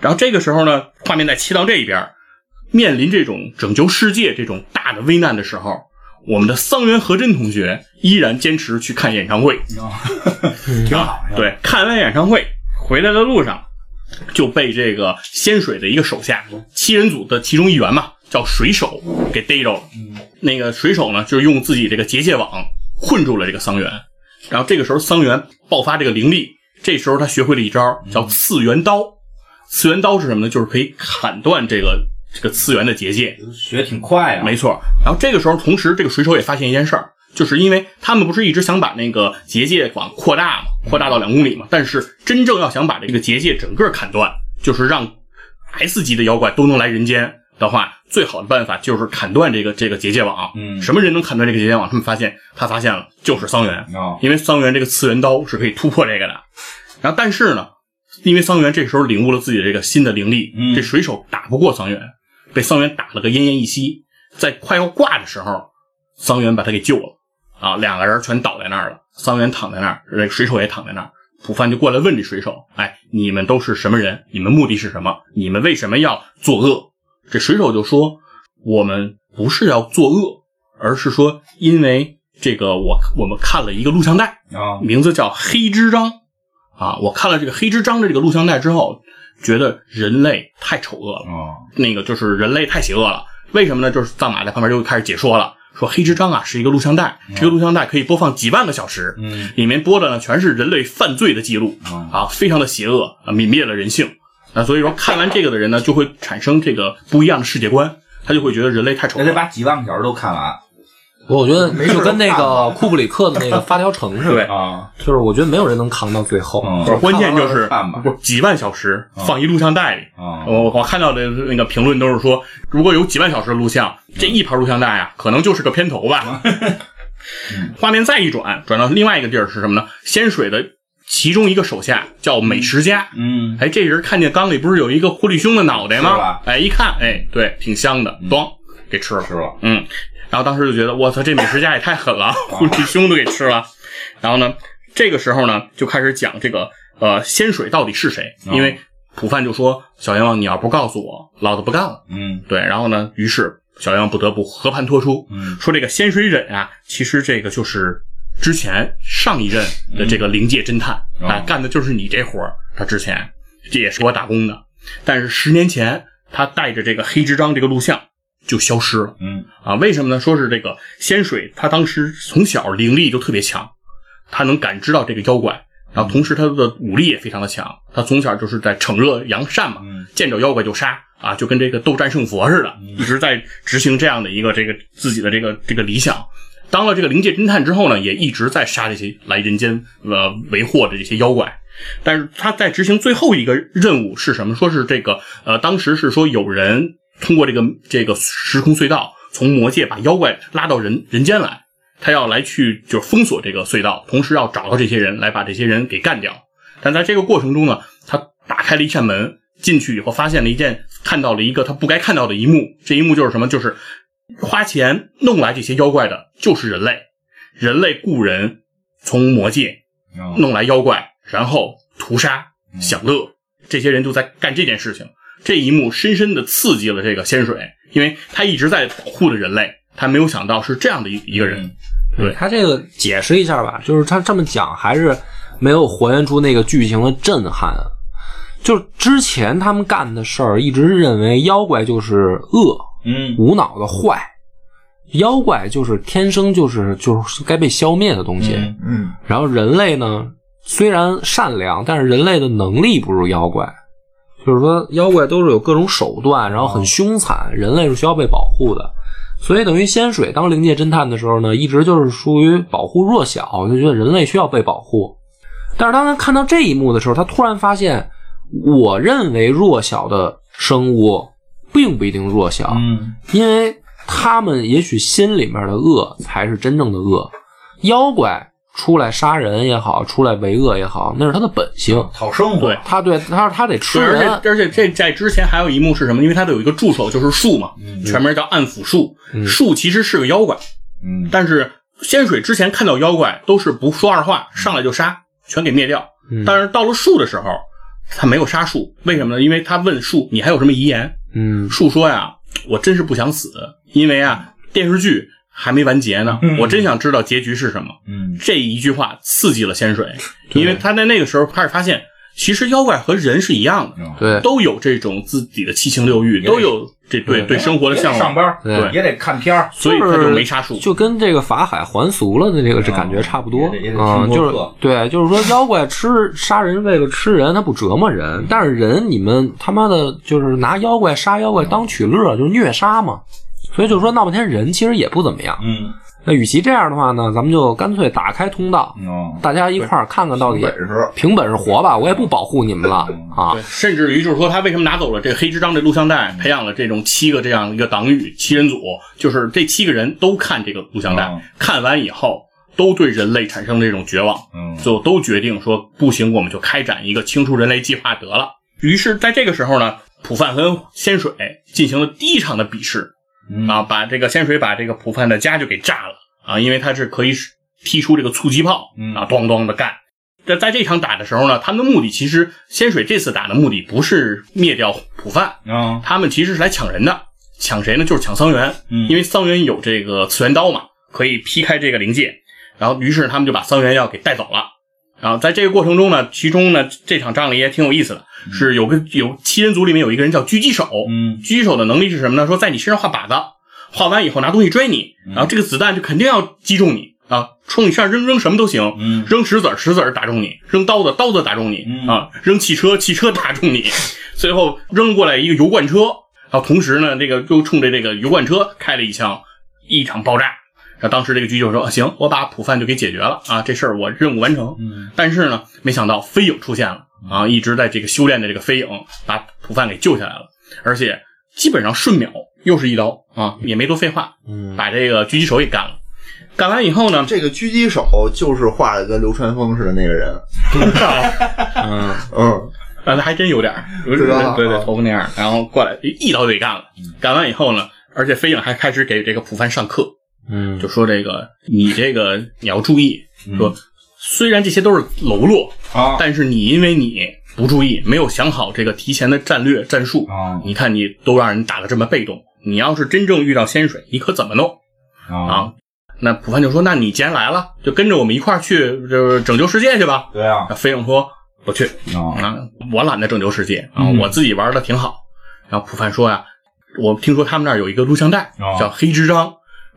然后这个时候呢，画面再切到这一边儿，面临这种拯救世界这种大的危难的时候，我们的桑原和真同学依然坚持去看演唱会，哦啊 [laughs] 挺好，对，看完演唱会回来的路上，就被这个仙水的一个手下七人组的其中一员嘛，叫水手给逮着了。嗯那个水手呢，就是用自己这个结界网困住了这个桑园。然后这个时候桑园爆发这个灵力，这时候他学会了一招叫次元刀。次元刀是什么呢？就是可以砍断这个这个次元的结界。学挺快啊，没错。然后这个时候，同时这个水手也发现一件事儿，就是因为他们不是一直想把那个结界往扩大嘛，扩大到两公里嘛，但是真正要想把这个结界整个砍断，就是让 S 级的妖怪都能来人间的话，最好的办法就是砍断这个这个结界网。嗯什么人能砍断这个结界网？他们发现，他发现了，就是桑园。哦，啊因为桑园这个次元刀是可以突破这个的。然后，但是呢，因为桑园这时候领悟了自己的这个新的灵力，嗯这水手打不过桑园，被桑园打了个奄奄一息。在快要挂的时候，桑园把他给救了啊，两个人全倒在那儿了。桑园躺在那儿，这个水手也躺在那儿。普范就过来问这水手：“哎，你们都是什么人？你们目的是什么？你们为什么要作恶？”这水手就说：“我们不是要作恶，而是说因为这个我我们看了一个录像带，啊，名字叫《黑之章》啊，我看了这个《黑之章》的这个录像带之后，觉得人类太丑恶了，哦，那个就是人类太邪恶了。为什么呢？就是藏马在旁边就开始解说了，说《黑之章》啊是一个录像带，这个录像带可以播放几万个小时，嗯，里面播的呢全是人类犯罪的记录嗯啊，非常的邪恶啊，泯灭了人性啊，所以说看完这个的人呢，就会产生这个不一样的世界观，他就会觉得人类太丑那恶得了。把几万个小时都看完我觉得事就跟那个库布里克的那个《发条城》似的，啊，就是我觉得没有人能扛到最后。嗯，关键就是看吧嗯不是几万小时放一录像带里。啊，我我看到的那个评论都是说，如果有几万小时的录像，这一盘录像带啊，可能就是个片头 [laughs] 吧。画面再一转，转到另外一个地儿是什么呢？仙水的其中一个手下叫美食家。嗯，哎，这人看见缸里不是有一个狐狸兄的脑袋是吗吧？哎，一看，哎，对，挺香的，咣、给吃了。吃了，嗯，然后当时就觉得，我操，这美食家也太狠啊 [laughs] 了，狐狸兄都给吃了。然后呢，这个时候呢，就开始讲这个呃仙水到底是谁，哦因为普范就说小阎王你要不告诉我，老子不干了。嗯对，然后呢，于是小阎王不得不和盘托出，嗯说这个仙水忍啊，其实这个就是之前上一任的这个灵界侦探、嗯啊哦，干的就是你这活儿。他之前这也是给我打工的，但是十年前他带着这个黑之章这个录像就消失了。嗯，啊，为什么呢？说是这个仙水，他当时从小灵力就特别强，他能感知到这个妖怪，然后同时他的武力也非常的强，他从小就是在惩恶扬善嘛，嗯见着妖怪就杀啊，就跟这个斗战胜佛似的，一直在执行这样的一个这个自己的这个这个理想。当了这个灵界侦探之后呢，也一直在杀这些来人间呃为祸的这些妖怪。但是他在执行最后一个任务是什么？说是这个呃，当时是说有人通过这个这个时空隧道，从魔界把妖怪拉到人人间来，他要来去就是封锁这个隧道，同时要找到这些人来把这些人给干掉。但在这个过程中呢，他打开了一扇门，进去以后发现了一件，看到了一个他不该看到的一幕。这一幕就是什么？就是花钱弄来这些妖怪的，就是人类。人类雇人从魔界嗯弄来妖怪，然后屠杀享乐，这些人就在干这件事情。这一幕深深的刺激了这个仙水，因为他一直在保护着人类，他没有想到是这样的一一个嗯人。对他这个解释一下吧，就是他这么讲还是没有还原出那个剧情的震撼。就是之前他们干的事儿，一直认为妖怪就是恶，嗯无脑的坏，妖怪就是天生就是就是该被消灭的东西。嗯嗯，然后人类呢，虽然善良，但是人类的能力不如妖怪。就是说，妖怪都是有各种手段，然后哦很凶残，人类是需要被保护的。所以等于仙水当灵界侦探的时候呢，一直就是属于保护弱小，就觉得人类需要被保护。但是当他看到这一幕的时候，他突然发现，我认为弱小的生物并不一定弱小，嗯因为他们也许心里面的恶才是真正的恶。妖怪出来杀人也好，出来为恶也好，那是他的本性。讨生活啊对，他对他他得吃对，而且人，而且这在之前还有一幕是什么？因为他的有一个助手就是树嘛，全名叫暗腐树。树其实是个妖怪，嗯但是仙水之前看到妖怪都是不说二话，上来就杀，全给灭掉。嗯但是到了树的时候，他没有杀树，为什么呢？因为他问树：“你还有什么遗言？”嗯，树说呀，我真是不想死，因为啊，电视剧还没完结呢，我真想知道结局是什么。嗯这一句话刺激了仙水，因为他在那个时候开始发现，其实妖怪和人是一样的，嗯对，都有这种自己的七情六欲，也得都有这对对生活的也向得上往，班对也得看片儿，所以他就没啥数。就跟这个法海还俗了的这个这嗯感觉差不多也得也得啊、听就过是课对，就是说妖怪吃杀人为了吃人，他不折磨人，但是人你们他妈的就是拿妖怪杀妖怪当取乐，就是虐杀嘛。所以就是说闹半天人其实也不怎么样。嗯，那与其这样的话呢，咱们就干脆打开通道，哦，大家一块儿看看到底本事。凭本事活吧，我也不保护你们了嗯啊对，。甚至于就是说，他为什么拿走了这黑之章这录像带，培养了这种七个这样一个党羽七人组，就是这七个人都看这个录像带，嗯看完以后都对人类产生了这种绝望，嗯最后都决定说不行，我们就开展一个清除人类计划得了。于是，在这个时候呢，普范跟仙水进行了第一场的比试，嗯啊，把这个仙水把这个普范的家就给炸了啊，因为他是可以使踢出这个促击炮嗯啊，咣咣的干。在在这场打的时候呢，他们的目的其实仙水这次打的目的不是灭掉普范，啊，他们其实是来抢人的，抢谁呢？就是抢桑园，嗯因为桑园有这个次元刀嘛，可以劈开这个灵界。然后，于是他们就把桑园药给带走了。然后在这个过程中呢，其中呢这场仗里也挺有意思的，是有个有七人组里面有一个人叫狙击手，嗯狙击手的能力是什么呢？说在你身上画靶子，画完以后拿东西追你，然后这个子弹就肯定要击中你啊，冲你身上扔扔什么都行，嗯扔石子儿石子儿打中你，扔刀子刀子打中你、嗯啊，扔汽车汽车打中你， [laughs] 最后扔过来一个油罐车，然后同时呢，这个又冲着这个油罐车开了一枪，一场爆炸。然后当时这个狙击手说：“啊行，我把普范就给解决了啊，这事儿我任务完成。”嗯但是呢，没想到飞影出现了啊，一直在这个修炼的这个飞影把普范给救下来了，而且基本上瞬秒又是一刀啊，也没多废话，嗯，把这个狙击手给干了。干完以后呢，这个狙击手就是画的跟流川枫似的那个人，嗯， [laughs] 嗯，啊，那还真有点儿，有对吧对对啊，头发那样儿，然后过来一刀就给干了。干完以后呢，而且飞影还开始给这个普范上课，嗯，就说这个你这个你要注意，说虽然这些都是喽啰，啊但是你因为你不注意，没有想好这个提前的战略战术，啊你看你都让人打得这么被动，你要是真正遇到仙水，你可怎么弄啊，啊？那普范就说：“那你既然来了，就跟着我们一块儿去，就是拯救世界去吧。对啊”那飞影说：“不去啊啊，我懒得拯救世界啊，嗯我自己玩的挺好。”然后普范说：“呀，我听说他们那儿有一个录像带哦叫《黑之章》，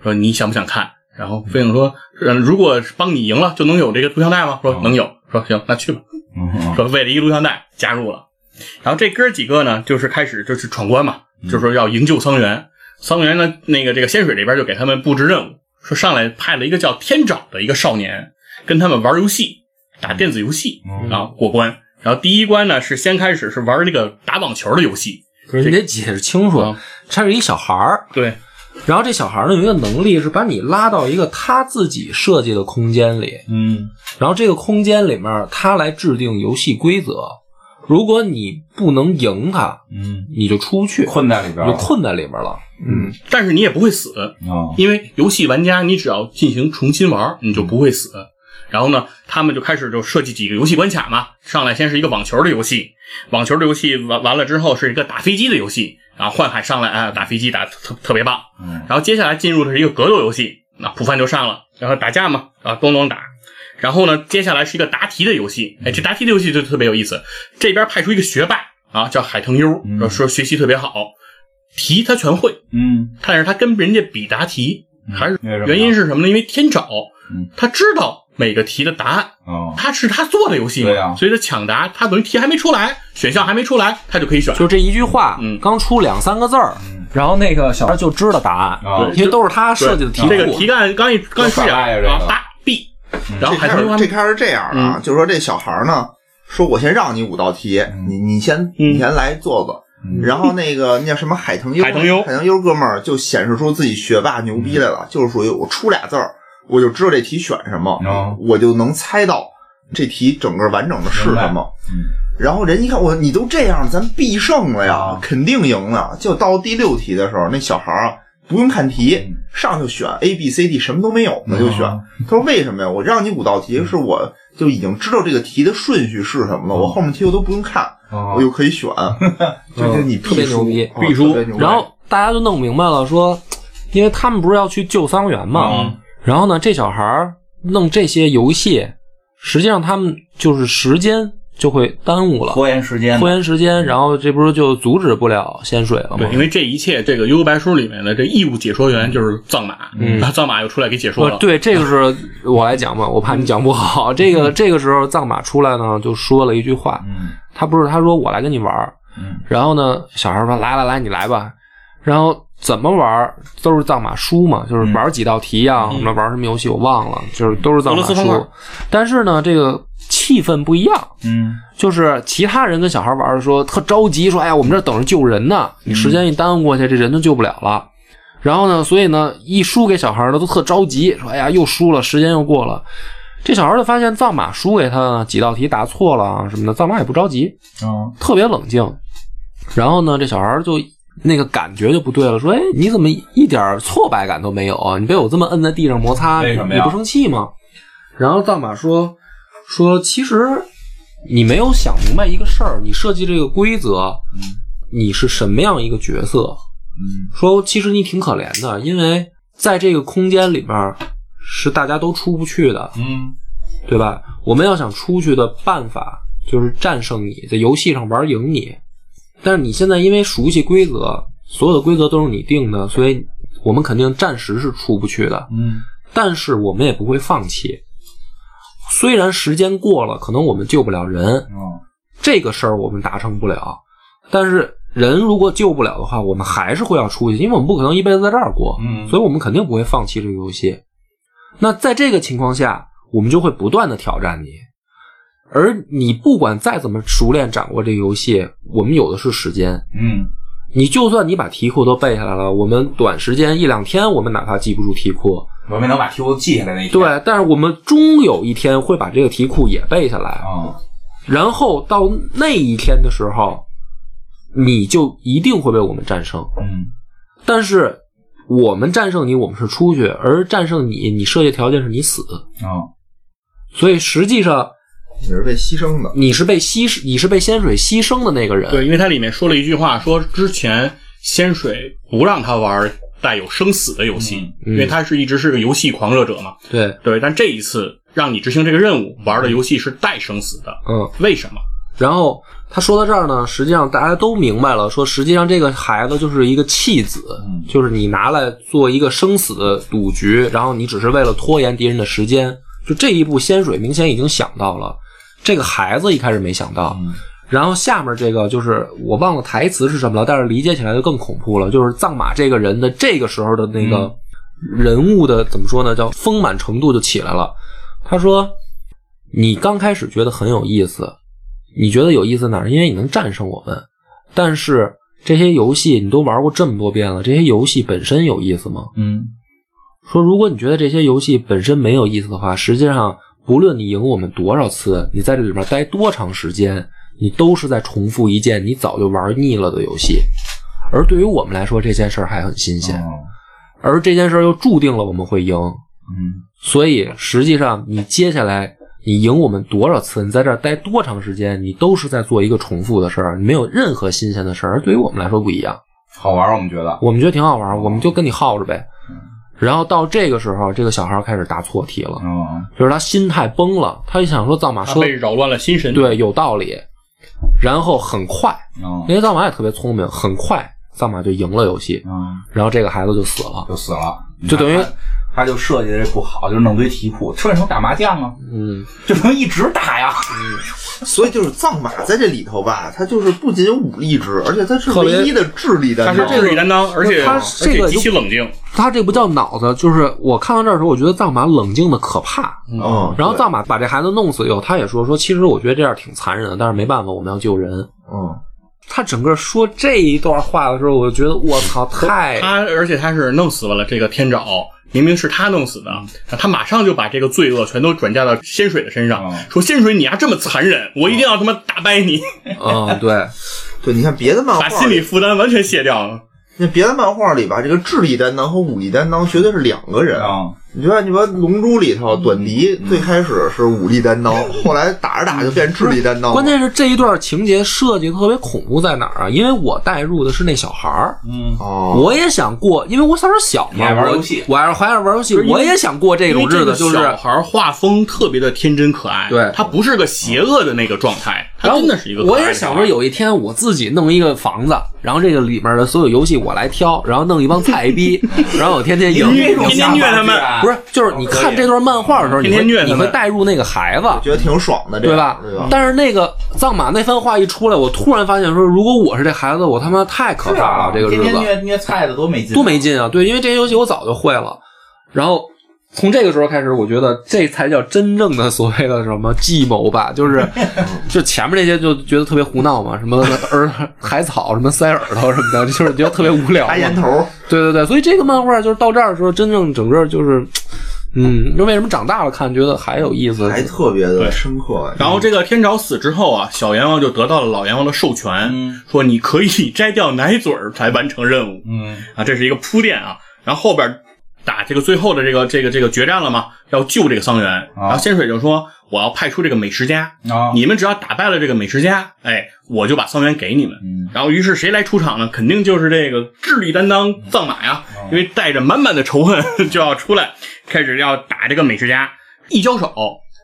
说你想不想看？”然后飞影说：“嗯，如果帮你赢了，就能有这个录像带吗？”说哦：“能有。”说：“行，那去吧。”嗯说为了一个录像带加入了。然后这哥儿几个呢，就是开始就是闯关嘛，就说要营救桑园。桑园呢，那个这个仙水这边就给他们布置任务，说上来派了一个叫天爪的一个少年，跟他们玩游戏，打电子游戏嗯啊过关。然后第一关呢是先开始是玩那个打网球的游戏，不是你得解释清楚啊，他是一小孩儿，对，然后这小孩儿呢有一个能力是把你拉到一个他自己设计的空间里，嗯然后这个空间里面他来制定游戏规则。如果你不能赢他，嗯，你就出不去，困在里你边就了困在里面了。嗯，但是你也不会死，啊，因为游戏玩家你只要进行重新玩，你就不会死。然后呢，他们就开始就设计几个游戏关卡嘛。上来先是一个网球的游戏，网球的游戏完完了之后是一个打飞机的游戏，啊，幻海上来啊打飞机打得特特别棒。嗯然后接下来进入的是一个格斗游戏，那普范就上了，然后打架嘛，啊，咚咚打。然后呢，接下来是一个答题的游戏，哎，这答题的游戏就特别有意思。这边派出一个学霸啊，叫海腾优，嗯说说学习特别好，题他全会，嗯，但是他跟人家比答题，还是为什么原因是什么呢？因为天找嗯，他知道每个题的答案，啊他是他做的游戏嘛，对啊所以他抢答，他等于题还没出来，选项还没出来，他就可以选。就这一句话，嗯刚出两三个字儿，然后那个小孩就知道答案，啊对因为都是他设计的题对库。这个题干刚一刚一出现耍赖呀这个嗯啊，答 B，然后这海开豚始湾这开始是这样的啊，嗯就是说这小孩儿呢，说我先让你五道题，嗯你你先你先来做做。然后那个那叫什么海腾优，海腾优嗯海腾优哥们儿就显示出自己学霸牛逼来了，就是属于我出俩字儿，我就知道这题选什么，哦我就能猜到这题整个完整的是明白什么。嗯然后人一看我，你都这样，咱必胜了呀啊，肯定赢了。就到第六题的时候，那小孩儿啊不用看题嗯，上就选 A、B、C、D，什么都没有呢就选。他说为什么呀？我让你五道题，是我就已经知道这个题的顺序是什么了，我后面题我都不用看，啊我就可以选。就就你特别必牛输，逼啊必输特别牛逼然后大家就弄明白了，说，因为他们不是要去救桑园嘛，嗯然后呢，这小孩儿弄这些游戏，实际上他们就是时间就会耽误了，拖延时间拖，延时间，然后这不是就阻止不了仙水了吗对，？因为这一切，这个《幽游白书》里面的这义务解说员就是藏马，嗯，藏马又出来给解说呃了，，对，这个是我来讲嘛，我怕你讲不好。这嗯个这个时候，藏马出来呢，就说了一句话，嗯他不是他说我来跟你玩儿嗯，然后呢，小孩儿说来来来，你来吧。然后怎么玩儿都是藏马输嘛，就是嗯玩儿几道题呀、我们玩儿什么游戏我忘了，就是都是藏俄马罗斯方块输。但是呢，这个气氛不一样，嗯，就是其他人跟小孩玩儿的时候特着急，说：“哎呀，我们这儿等着救人呢，你时嗯间一耽误过去，这人就救不了了。”然后呢，所以呢，一输给小孩儿呢，都特着急，说：“哎呀，又输了，时间又过了。”这小孩儿就发现藏马输给他呢，几道题答错了啊什么的，藏马也不着急，嗯特别冷静。然后呢，这小孩儿就那个感觉就不对了，说：“哎，你怎么一点挫败感都没有啊？你被我这么摁在地上摩擦，为你什么你呀不生气吗？”然后藏马说：“说其实你没有想明白一个事儿，你设计这个规则，你是什么样一个角色？嗯说其实你挺可怜的，因为在这个空间里面儿是大家都出不去的，嗯对吧？我们要想出去的办法就是战胜你，在游戏上玩赢你。但是你现在因为熟悉规则，所有的规则都是你定的，所以我们肯定暂时是出不去的。嗯但是我们也不会放弃。虽然时间过了，可能我们救不了人，哦这个事儿我们达成不了。但是人如果救不了的话，我们还是会要出去，因为我们不可能一辈子在这儿过，嗯所以我们肯定不会放弃这个游戏。那在这个情况下，我们就会不断的挑战你，而你不管再怎么熟练掌握这个游戏，我们有的是时间。嗯你就算你把题库都背下来了，我们短时间一两天，我们哪怕记不住题库，我没能把题库记下来那一天，对，但是我们终有一天会把这个题库也背下来。啊，然后到那一天的时候，你就一定会被我们战胜。嗯但是我们战胜你，我们是出去；而战胜你，你设计条件是你死。哦所以实际上你是被牺牲的。你是被牺，你是被仙水牺牲的那个人。对，因为它里面说了一句话，说之前仙水不让他玩带有生死的游戏，嗯因为他是一直是个游戏狂热者嘛，对，对，但这一次让你执行这个任务，玩的游戏是带生死的，嗯。为什么？然后他说到这儿呢，实际上大家都明白了，说实际上这个孩子就是一个弃子，嗯就是你拿来做一个生死的赌局，然后你只是为了拖延敌人的时间。就这一步，仙水明显已经想到了，这个孩子一开始没想到。嗯然后下面这个就是我忘了台词是什么了，但是理解起来就更恐怖了，就是藏马这个人的这个时候的那个人物的、怎么说呢，叫丰满程度就起来了。他说：“你刚开始觉得很有意思，你觉得有意思哪儿？因为你能战胜我们。但是这些游戏你都玩过这么多遍了，这些游戏本身有意思吗？嗯说如果你觉得这些游戏本身没有意思的话，实际上不论你赢我们多少次，你在这里边待多长时间，你都是在重复一件你早就玩腻了的游戏。而对于我们来说，这件事儿还很新鲜，哦而这件事儿又注定了我们会赢。嗯所以实际上，你接下来你赢我们多少次，你在这儿待多长时间，你都是在做一个重复的事儿，你没有任何新鲜的事儿。而对于我们来说不一样，好玩儿，我们觉得哦我们觉得挺好玩儿，我们就跟你耗着呗。然后到这个时候，这个小孩儿开始答错题了，嗯就是他心态崩了，他就想说藏马他说被扰乱了心神。，对有道理，然后很快，嗯因为藏马也特别聪明，很快藏马就赢了游戏，嗯，然后这个孩子就死了。就死了，就等于你看他他就设计的这不好，就是弄堆题库，设计成打麻将啊，嗯，就能一直打呀，所以就是藏马在这里头吧，它就是不仅有武力值，而且它是特别唯一的智力的。他是智力担当，而且他而这个且极其冷静。他这不叫脑子，就是我看到这儿的时候，我觉得藏马冷静的可怕。嗯，然后对藏马把这孩子弄死以后，他也说说，其实我觉得这样挺残忍的，但是没办法，我们要救人。嗯，他整个说这一段话的时候，我就觉得我操，太他而且他是弄死了这个天爪，明明是他弄死的，他马上就把这个罪恶全都转嫁到仙水的身上嗯，说仙水你呀这么残忍，我一定要他妈打败你，嗯对，对，你看别的漫把画心里，理负担完全卸掉了。那别的漫画里吧，这个智力担当和武力担当绝对是两个人。啊嗯你说，你说《龙珠》里头，短笛嗯最开始是武力担当，后来打着打着就变智力担当 [laughs] 了。关键是这一段情节设计特别恐怖在哪儿啊？因为我带入的是那小孩儿，嗯，哦，我也想过，因为我小时候小你嘛，爱玩我游戏我爱怀爱玩游戏，是因为我也想过这种日因为子，个就是小孩画风特别的天真可爱，对他不是个邪恶的那个状态，它然后真的是一个可爱的我也想着有一天我自己弄一个房子，然后这个里面的所有游戏我来挑，然后弄一帮 [laughs] 菜逼，然后我天天赢。天天虐他们哦不是，就是你看这段漫画的时候，你天天虐会他你们会带入那个孩子，觉得挺爽的，这对个吧对吧？？但是那个藏马那番话一出来，我突然发现说，如果我是这孩子，我他妈太可怕啊了，这个日天天子虐虐菜的多没劲，多没劲啊！对，因为这些游戏我早就会了，然后。从这个时候开始，我觉得这才叫真正的所谓的什么计谋吧，就是 [laughs] 就前面那些就觉得特别胡闹嘛，什么儿海草、什么塞耳朵什么的，就是觉得特别无 [laughs] 聊嘛。拔烟头，对对对，所以这个漫画就是到这儿的时候，真正整个就是，嗯，就为什么长大了看觉得还有意思，还特别的对深刻。然后这个天朝死之后啊，小阎王就得到了老阎王的授权，嗯说你可以摘掉奶嘴儿来完成任务嗯，啊，这是一个铺垫啊。然后后边打这个最后的这个这个这个决战了嘛，要救这个桑园。啊然后仙水就说我要派出这个美食家，啊，你们只要打败了这个美食家，哎，我就把桑园给你们。嗯然后于是谁来出场呢？肯定就是这个智力担当藏马呀，因为带着满满的仇恨就要出来，开始要打这个美食家。一交手，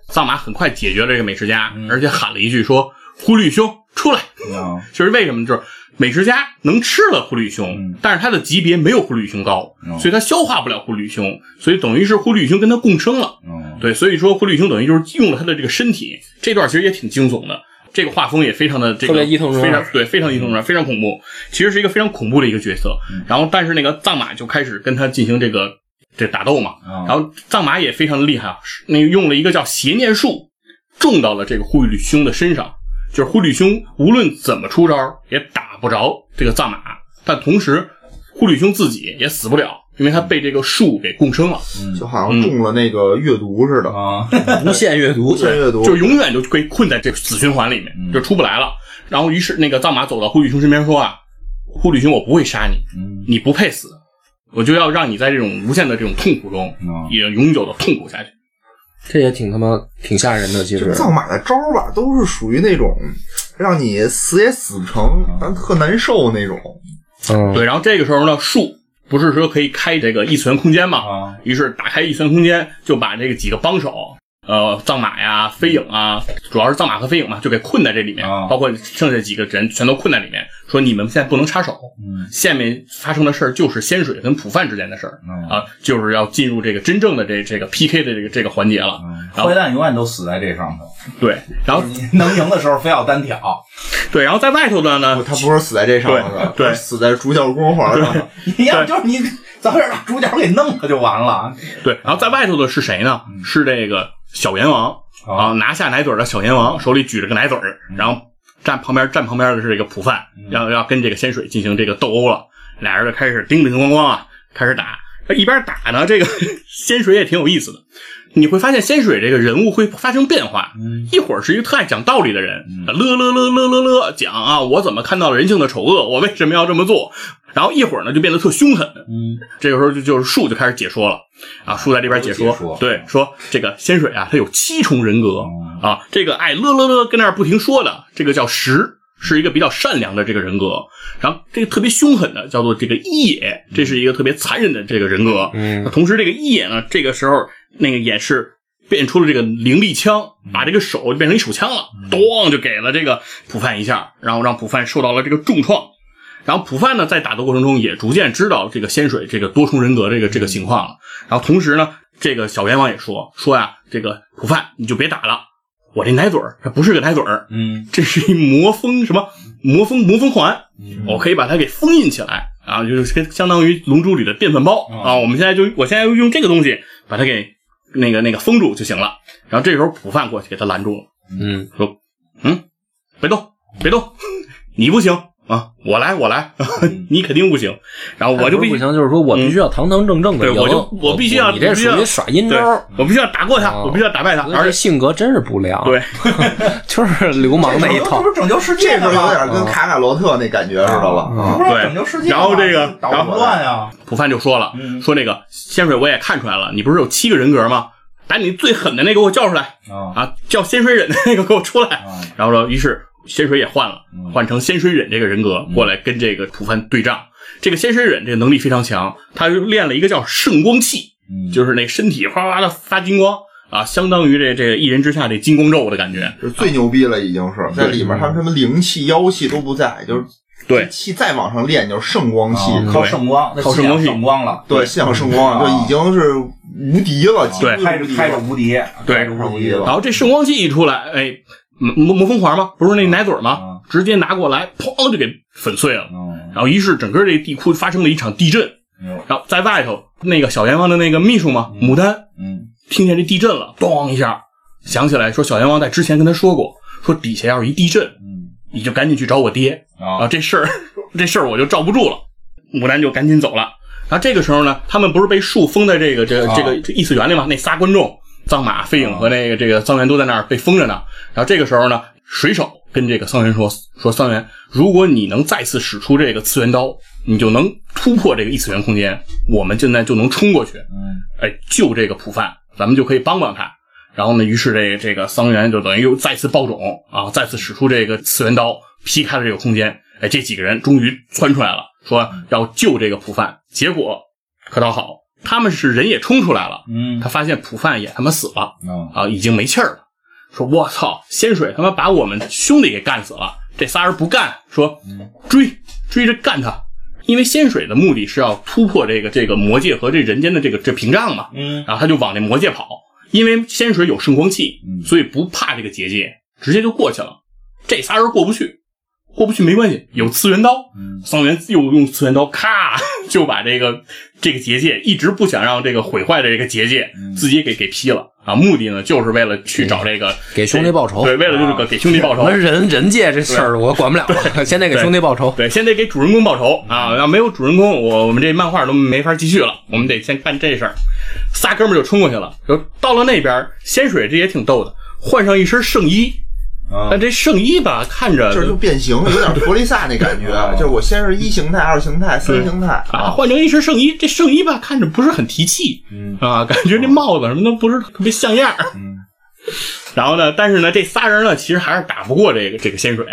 藏马很快解决了这个美食家，而且喊了一句说：“呼律兄出来！”啊就是为什么？就是美食家能吃了呼律兄，但是他的级别没有呼律兄高，嗯所以他消化不了呼律兄，所以等于是呼律兄跟他共生了。嗯对，所以说灰绿熊等于就是用了他的这个身体，这段其实也挺惊悚的，这个画风也非常的这个特别伊藤润非二常对，非常伊藤润二，非常恐怖，其实是一个非常恐怖的一个角色。然后，但是那个藏马就开始跟他进行这个这打斗嘛，啊然后藏马也非常的厉害啊，是那个用了一个叫邪念术，中到了这个灰绿兄的身上，就是灰绿兄无论怎么出招也打不着这个藏马，但同时灰绿兄自己也死不了，因为他被这个术给共生了。嗯就好嗯像中了那个阅读似的，啊，无限阅读无限阅读，嗯就永远就被困在这个死循环里面，就出不来了。然后，于是那个藏马走到呼律兄身边说啊：“呼律兄，我不会杀你， [laughs] 嗯你不配死，我就要让你在这种无限的这种痛苦中，嗯也永久的痛苦下去。这也挺他妈挺吓人的，其实就藏马的招儿吧，都是属于那种让你死也死不成，啊但特难受那种。嗯，对，然后这个时候呢，树不是说可以开这个异次元空间嘛？啊，于是打开异次元空间，就把这个几个帮手。呃，藏马呀，飞影啊，主要是藏马和飞影嘛，就给困在这里面，啊包括剩下几个人全都困在里面。说你们现在不能插手，嗯下面发生的事儿就是仙水跟普范之间的事儿嗯啊，就是要进入这个真正的这这个 PK 的这个这个环节了。嗯然后坏蛋永远都死在这上头，对，然后能赢的时候非要单挑，对，然后在外头的不呢，嗯他不是死在这上面的，啊对对他是死在主角光环上。你要不就是你早点把主角给弄了就完了，对，然后在外头的是谁呢？嗯是这个小阎王啊嗯啊，拿下奶嘴儿的小阎王手里举着个奶嘴儿，然后站旁边站旁边的是这个普范，要要跟这个仙水进行这个斗殴了，俩人就开始叮叮咣咣啊，开始打。一边打呢，这个仙水也挺有意思的，你会发现仙水这个人物会发生变化，嗯一会儿是一个特爱讲道理的人，乐乐乐乐乐乐讲啊，我怎么看到了人性的丑恶，我为什么要这么做？然后一会儿呢，就变得特凶狠，嗯这个时候就就是树就开始解说了，啊，树在这边解说，解说对，说这个仙水啊，他有七重人格、嗯啊，这个爱乐乐乐跟那儿不停说的，这个叫石，是一个比较善良的这个人格，然后这个特别凶狠的叫做这个一野，这是一个特别残忍的这个人格，嗯，同时这个一野呢，这个时候那个也是。变出了这个灵力枪，把这个手就变成一手枪了，咣就给了这个普范一下，然后让普范受到了这个重创，然后普范呢，在打斗过程中也逐渐知道这个仙水这个多重人格这个这个情况了。然后同时呢，这个小阎王也说说呀、这个普范你就别打了，我这奶嘴儿它不是个奶嘴儿，嗯这是一魔封什么魔封魔封环，我可以把它给封印起来啊，就是跟相当于龙珠里的电饭煲嗯啊。我们现在就我现在用这个东西把它给那个那个封住就行了。然后这时候普范过去给他拦住了。嗯，说，嗯，别动，别动，你不行啊，我来，我来， [laughs] 你肯定不行。然后我就不必是哎须，嗯不行，就是说我必须要堂堂正正的对赢，我就我我必须要你这属必须于要耍阴对招儿，，我必须要打过他，哦我必须要打败他，而且而且性格真是不良，对， [laughs] 就是流氓那一 [laughs] 套这不，是拯救世这界时候的有吗？啊点跟卡卡罗特那感觉似的了。这啊不是对拯救世界的吗，然后这个捣然什后么乱呀？普范就说了，嗯说那个仙水我也看出来了，你不是有七个人格吗？把你最狠的那个给我叫出来啊啊，叫仙水忍的那个给我出来。啊然后说，于是仙水也换了嗯，换成仙水忍这个人格过来跟这个普范对仗。这个仙水忍这个能力非常强，他就练了一个叫圣光器，嗯就是那身体哗哗的发金光啊，相当于这这一人之下这金光咒的感觉。嗯就是最牛逼了，已经是在里面，他们什么灵气、妖气都不在，就是对气再往上练就是圣光气，啊靠圣光，那靠信圣光仰系圣光了，对，信仰圣光啊就已经是无敌了，几乎对开着无敌开着了无敌，对开着无敌然了，后这圣光器一出来，哎，魔魔魔风环嘛，不是那奶嘴儿吗？直接拿过来，砰就给粉碎了。嗯，然后于是整个这地库发生了一场地震，嗯然后在外头那个小阎王的那个秘书嘛，牡丹嗯，听见这地震了，咚一下想起来说小阎王在之前跟他说过，说底下要是一地震，嗯你就赶紧去找我爹啊，啊，这事儿这事儿我就罩不住了，牡丹就赶紧走了。然后这个时候呢，他们不是被树封在这个这个啊这个这异次元里吗？那仨观众藏马、飞影和那个这个桑园都在那儿被封着呢。然后这个时候呢，水手跟这个桑园说说桑园，如果你能再次使出这个次元刀，你就能突破这个异次元空间，我们现在就能冲过去，嗯哎，救这个普范，咱们就可以帮帮他。然后呢，于是这个这个桑园就等于又再次爆种啊，再次使出这个次元刀，劈开了这个空间。哎，这几个人终于窜出来了，说要救这个普范。结果可倒好，他们是人也冲出来了，嗯他发现普范也他妈死了嗯啊，已经没气儿了。说我操，仙水他妈把我们兄弟给干死了。这仨人不干，说追追着干他，因为仙水的目的是要突破这个这个魔界和这人间的这个这屏障嘛。嗯然后他就往那魔界跑，因为仙水有圣光气嗯，所以不怕这个结界，直接就过去了。这仨人过不去，过不去没关系，有次元刀。嗯桑园又用次元刀咔就把这个这个结界，一直不想让这个毁坏的这个结界嗯自己给给劈了啊！目的呢就是为了去找这个给兄弟嗯报仇对，为了就是啊给给兄弟报我仇。们人人界这事儿我管不了了，先得给兄弟报仇。对，先得给主人公报仇啊！要没有主人公，我我们这漫画都没法继续了。我们得先干这事儿。仨哥们儿就冲过去了，就到了那边儿，仙水这也挺逗的，换上一身圣衣，啊但这圣衣吧，看着就是就变形，有点弗利萨那感觉啊，就是我先是一形态、二形态、三形态啊，换成一身圣衣，这圣衣吧看着不是很提气，嗯啊，感觉这帽子什么都不是特别像样儿。嗯然后呢，但是呢，这仨人呢，其实还是打不过这个这个仙水。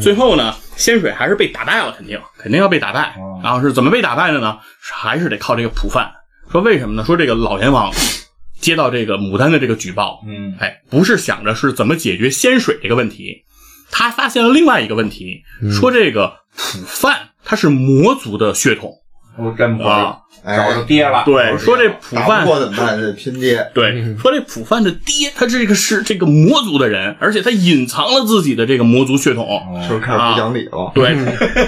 最后呢，仙水还是被打败了，肯定肯定要被打败。哦然后是怎么被打败的呢？是还是得靠这个普范。说为什么呢？说这个老阎王接到这个牡丹的这个举报，嗯哎，不是想着是怎么解决仙水这个问题，他发现了另外一个问题，说这个普范他是魔族的血统我真不啊，找着爹了，对，说这普哎啊打范不过怎么办？得拼爹。对，说这普范的爹，他这个是这个魔族的人，而且他隐藏了自己的这个魔族血统。是不是开始不讲理了？对，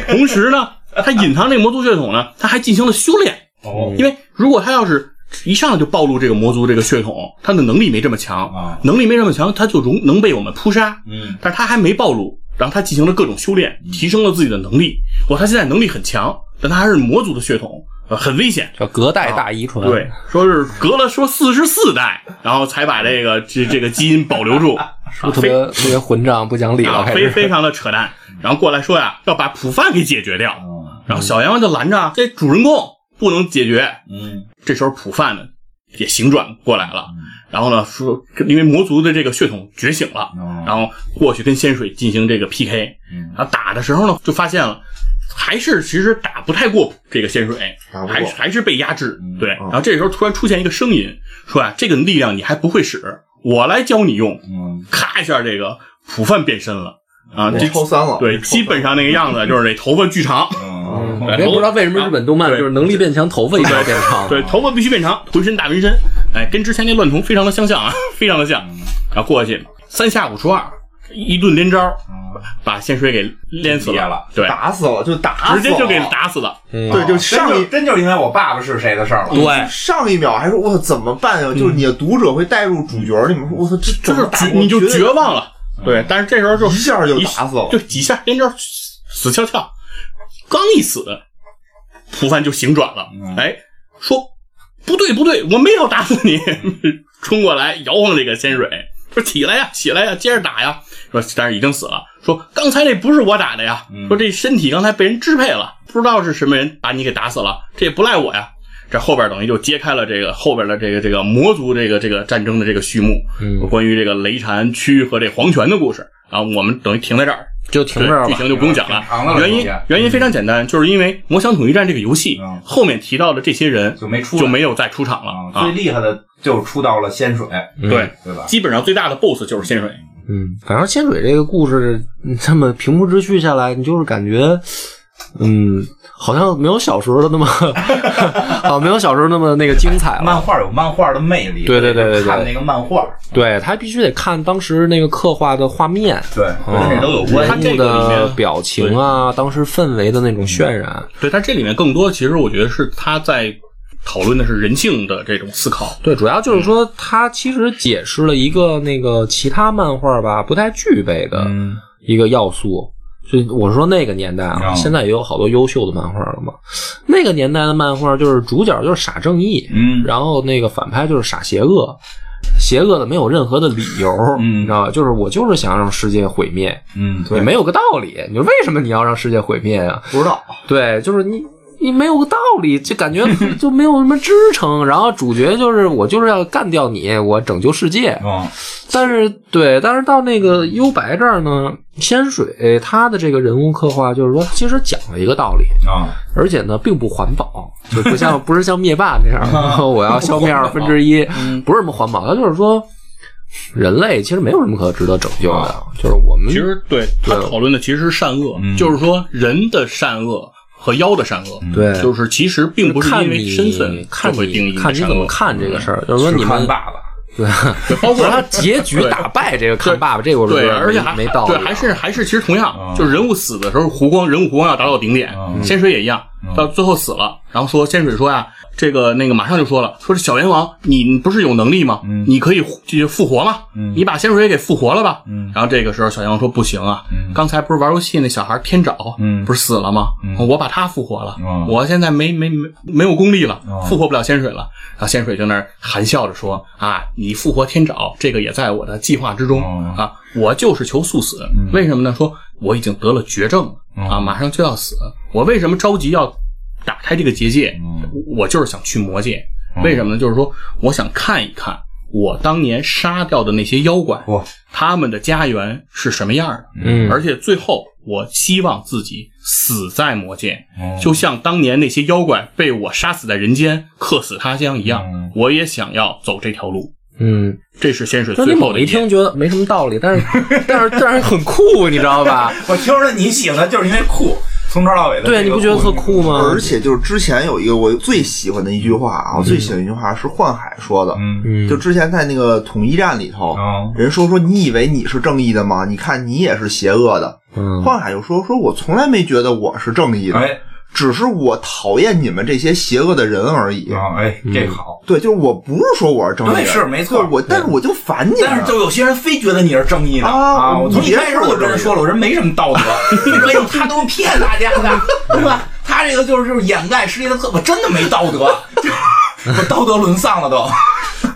同时呢，他隐藏这魔族血统呢，他还进行了修炼，哦因为如果他要是一上来就暴露这个魔族这个血统，他的能力没这么强啊，能力没这么强，他就容能被我们扑杀。嗯但是他还没暴露，然后他进行了各种修炼，提升了自己的能力。哇，他现在能力很强，但他还是魔族的血统，呃很危险。叫隔代大遗传，啊对，说是隔了说四十四代，然后才把这个这这个基因保留 [laughs] 住，啊是不是特非别特别混账，不讲理了，啊开非始。 [laughs] 哎嗯非常的扯淡。然后过来说呀，要把普范给解决掉。嗯然后小阎王就拦着啊，这主人公不能解决。嗯这时候普范呢也醒转过来了，嗯然后呢说，因为魔族的这个血统觉醒了，哦然后过去跟仙水进行这个 PK。嗯然后打的时候呢，就发现了。还是其实打不太过这个仙水，打不还过是还是被压制。对，嗯然后这时候突然出现一个声音，说啊，这个力量你还不会使，我来教你用。嗯咔一下，这个普范变身了啊！我这超三了，对，基本上那个样子就是这头发巨长，嗯我也不知道为什么日本动漫对就是能力变强，头发一定要变长。对，头发必须变长，浑身大纹身，哎，跟之前那乱童非常的相像啊， [laughs] 非常的像。然后过去三下五除二，一顿连招，把仙水给连死灭了，了对，嗯打死了就打死了，直接就给啊打死了。对，就上一啊真就是因为我爸爸是谁的事儿了，嗯对，上一秒还说我怎么办呀？就是你的读者会带入主角里面，说我操，这就怎是么打绝你就我觉绝得嗯望了。对，但是这时候就一下就一打死了就几下连招死翘翘，刚一死，蒲范就醒转了，嗯哎，说不对不对，我没有打死你， [laughs] 冲过来摇晃这个仙水，说起来呀起来呀，接着打呀，说但是已经死了，说刚才那不是我打的呀，嗯说这身体刚才被人支配了，不知道是什么人把你给打死了，这也不赖我呀。这后边等于就揭开了这个后边的这个这个魔族这个这个战争的这个序幕，嗯关于这个雷禅区和这黄泉的故事啊，我们等于停在这儿，就停对这儿剧吧。情就不用讲了挺长的。了原因中间原因非常简单，就是因为《魔想统一战》这个游戏嗯后面提到的这些人就没出啊来就没有再出场了啊，最啊。厉害的就出到了仙水，对，对吧？基本上最大的 BOSS 就是仙水。嗯，反正仙水这个故事嗯这么平铺直叙下来，你就是感觉，嗯，好像没有小时候的那么， [laughs] 啊，没有小时候那么那个精彩了。漫画有漫画的魅力，对对对对对看那个漫画，对他必须得看当时那个刻画的画面，嗯对，跟这都有关系它。人这物个里面嗯的表情啊，当时氛围的那种渲染。对，但这里面更多其实我觉得是他在呃讨论的是人性的这种思考。对，主要就是说，他其实解释了一个那个其他漫画吧不太具备的嗯一个要素。就我说那个年代啊，嗯现在也有好多优秀的漫画了嘛。那个年代的漫画就是主角就是傻正义，嗯，然后那个反派就是傻邪恶，邪恶的没有任何的理由，嗯你知道吧？就是我就是想让世界毁灭，嗯，也没有个道理。你说为什么你要让世界毁灭啊？不知道，对，就是你你没有个道理，就感觉 [laughs] 就没有什么支撑。然后主角就是我就是要干掉你，我拯救世界。嗯，但是对，但是到那个幽白这儿呢，仙水他的这个人物刻画就是说，他其实讲了一个道理，啊，而且呢并不环保，就不像不是像灭霸那样， [laughs] 我要消灭二分之一，嗯不是什么环保，他就是说。人类其实没有什么可值得拯救的，就是我们啊其实对他对讨论的其实是善恶，就是说人的善恶和妖的善恶。对就是其实并不是看因为你身份看就会定你义看你善怎么恶，看这个事儿，就是说你只看们爸爸，对，包 [laughs] 括他结局打败这个看爸爸，这个我是觉对，得而且还没没道理对，啊，还是还是其实同样嗯，就是人物死的时候，湖光人物湖光要达到顶点，嗯仙水也一样，到最后死了，然后说仙水说呀，这个那个马上就说了，说这小阎王你你不是有能力吗？嗯你可以复去复活吗？嗯你把仙水也给复活了吧？嗯然后这个时候小阎王说不行啊，嗯刚才不是玩游戏那小孩天爪，嗯不是死了吗？嗯我把他复活了，嗯我现在没没没没有功力了，哦复活不了仙水了。然后啊仙水就那儿含笑着说：“啊，你复活天爪，这个也在我的计划之中、哦嗯啊，我就是求速死。为什么呢？说我已经得了绝症了、哦啊，马上就要死，我为什么着急要打开这个结界？嗯哦我就是想去魔界。为什么呢？就是说我想看一看我当年杀掉的那些妖怪，哇他们的家园是什么样的。”嗯，而且最后我希望自己死在魔界，哦就像当年那些妖怪被我杀死在人间，客死他乡一样，嗯我也想要走这条路。嗯，这是仙水就你最后猛的一言听觉得没什么道理，但是 [laughs] 但是但是很酷，你知道吧？我听着你喜欢就是因为酷，从头到尾的， [laughs] 对，你不觉得特？酷吗嗯而？且就是之前有一个我最喜欢的一句话啊，我最喜欢一句话是幻海说的，嗯嗯就之前在那个统一战里头，嗯人说说你以为你是正义的吗？你看你也是邪恶的。嗯幻海就说说我从来没觉得我是正义的，哎只是我讨厌你们这些邪恶的人而已。啊哎，嗯这个好，对，就是我不是说我是正义的，对是没错对我但是我就烦你们， [laughs] 但是就有些人非觉得你是正义的啊啊！我从一开始我就跟人说了，我人没什么道德， [laughs] 为什么他都是骗大家的， [laughs] 对吧？他这个就是就是掩盖实际的特，我真的没道德，我道德沦丧了都。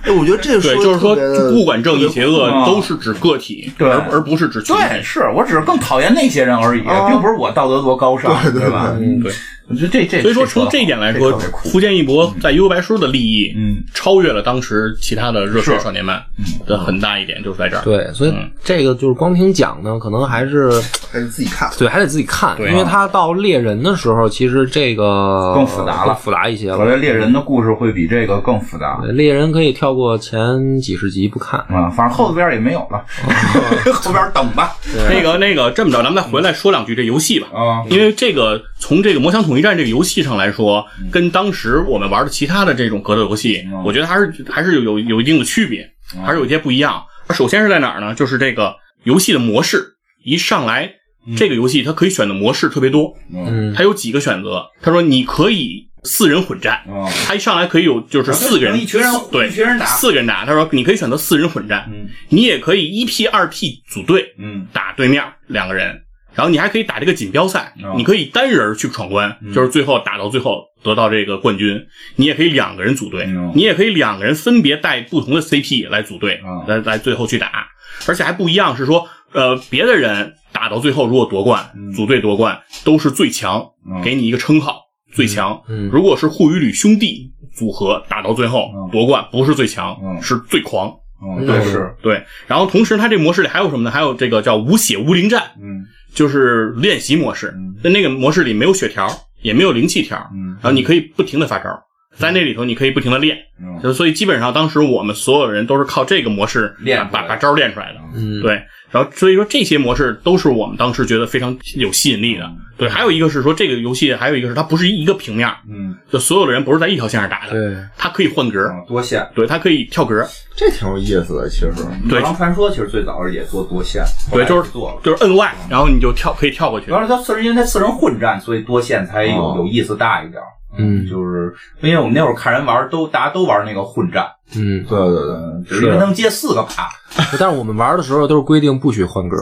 哎我觉得这个对，得就是说特别的，不管正义邪恶嗯，都是指个体，对而而不是指群对，体。是我只是更讨厌那些人而已，啊并不是我道德多高尚，对吧？嗯对，我觉得这这，所以说，这说从得这一点来好说这特别，酷福建一博在幽游白书的利益，嗯，超越了当时其他的热血是嗯少年漫的很大一点，就是在这儿。对，所以这个就是光听讲呢，可能还 [laughs] 是还哎是自己看。对，还得自己看，对啊因为他到猎人的时候，其实这个更复杂了更复杂一些我觉了。得猎人的故事会比这个更复杂。猎人可以跳过前几十集不看，啊，反正后边也没有了， [laughs] 后边等吧。那个那个，这么着，咱们再回来说两句这游戏吧。啊，因为这个从这个《魔枪统一战》这个游戏上来说，嗯跟当时我们玩的其他的这种格斗游戏，我觉得还是还是有有有一定的区别，嗯还是有一些不一样。首先是在哪儿呢？就是这个游戏的模式，一上来嗯这个游戏它可以选的模式特别多，嗯，它有几个选择。他说你可以四人混战，啊，他一上来可以有就是四个人，一群人对一群人打四个人打。他说你可以选择四人混战，嗯你也可以一 P 二 P 组队，嗯打对面两个人，然后你还可以打这个锦标赛，哦你可以单人去闯关，嗯就是最后打到最后得到这个冠军。你也可以两个人组队，嗯你也可以两个人分别带不同的 CP 来组队，哦来来最后去打，而且还不一样，是说呃别的人打到最后如果夺冠，嗯组队夺冠都是最强，嗯给你一个称号。最强，嗯如果是护与吕兄弟组合打到最后、嗯夺冠，不是最强，嗯是最狂。嗯，对是，对，然后同时它这模式里还有什么呢？还有这个叫无血无灵战，嗯就是练习模式，在那个模式里没有血条，也没有灵气条，嗯然后你可以不停的发招，在那里头你可以不停的练，嗯就所以基本上当时我们所有人都是靠这个模式练出来把的把招练出来的，嗯，对。然后所以说这些模式都是我们当时觉得非常有吸引力的，嗯对。还有一个是说这个游戏还有一个是它不是一个平面，嗯，啊就所有的人不是在一条线上打的，对，它可以换格，多线。对，它可以跳格，这挺有意思的，其实对《狼传说》其实最早是也做多线，后对，来就是做了。就是摁 Y，然后你就跳可以跳过去主，要是它四人，因为它四人混战，所以多线才有、哦有意思大一点。嗯就是因为我们那会儿看人玩，都大家都玩那个混战，嗯。对对对，嗯，只是因为能接四个 [laughs] 卡，但是我们玩的时候都是规定不许换歌，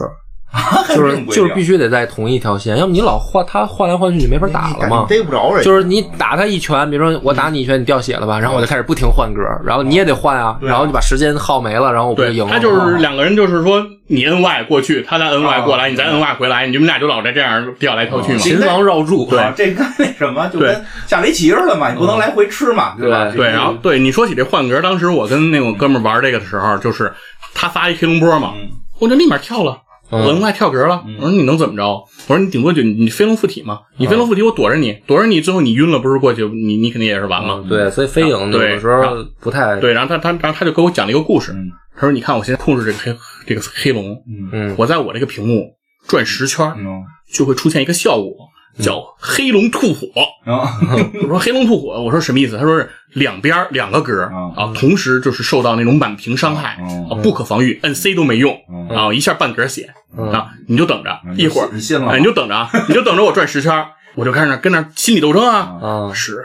就 [laughs] 这是种规定就是必须得在同一条线，要么你老换他换来换去，你没法打了嘛你。逮不着人，就是你打他一拳，比如说我打你一拳，你掉血了吧，然后我就开始不停换歌，然后你也得换啊，然后你把时间耗没了，然后我不就对赢了吗？啊他就是两个人，就是说你 N Y 过去，他再 N Y 啊过来，你再 N Y 回来，你们俩就老在这样跳来跳去嘛。秦王绕柱，啊，这跟那什么就对跟下围棋似的嘛，你不能来回吃嘛，对吧？对对，然后对你说起这换格，当时我跟那种哥们儿玩这个的时候，就是他发一黑龙波嘛，我就立马跳了。我嗯嗯 N Y 跳格了，我说你能怎么着？我说你顶多就你你飞龙附体嘛，你飞龙附体，我躲着你，躲着你，最后你晕了，不是过去你你肯定也是完了。对，所以飞影有对的时候不太，对，然后他他然后他就给我讲了一个故事，嗯他说你看我现在控制这个黑这个黑龙，嗯嗯，我在我这个屏幕转十圈，嗯，就会出现一个效果，叫黑龙吐火。然后我说黑龙吐火，我说什么意思？他说是两边儿两个格儿嗯啊，同时就是受到那种满屏伤害嗯啊，不可防御，摁 C 都没用嗯啊，一下半格血嗯啊，你就等着嗯 [laughs] 一会儿你信了吗哎你就等着啊，你就等着我转十圈儿，我就开始那跟那儿心理斗争啊，啊，是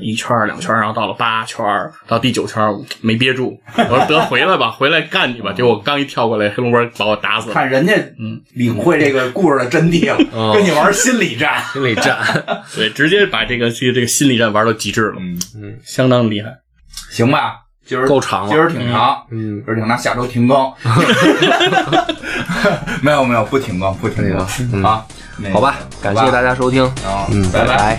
一圈儿两圈儿，然后到了八圈儿，到第九圈儿没憋住，我说得回来吧，回来干你吧，结果我刚一跳过来，黑龙波把我打死了。看人家领会这个故事的真谛了，哦嗯跟你玩心理战。心里战， [laughs] 对，直接把这个这个这个心理战玩到极致了，嗯，相当厉害。行吧，今儿够长了今儿挺长，嗯，今儿挺长，下周停 [laughs] 更。没有没有，不停更，不停对啊更啊，那个嗯好吧，感谢大，家收听，好嗯，拜拜。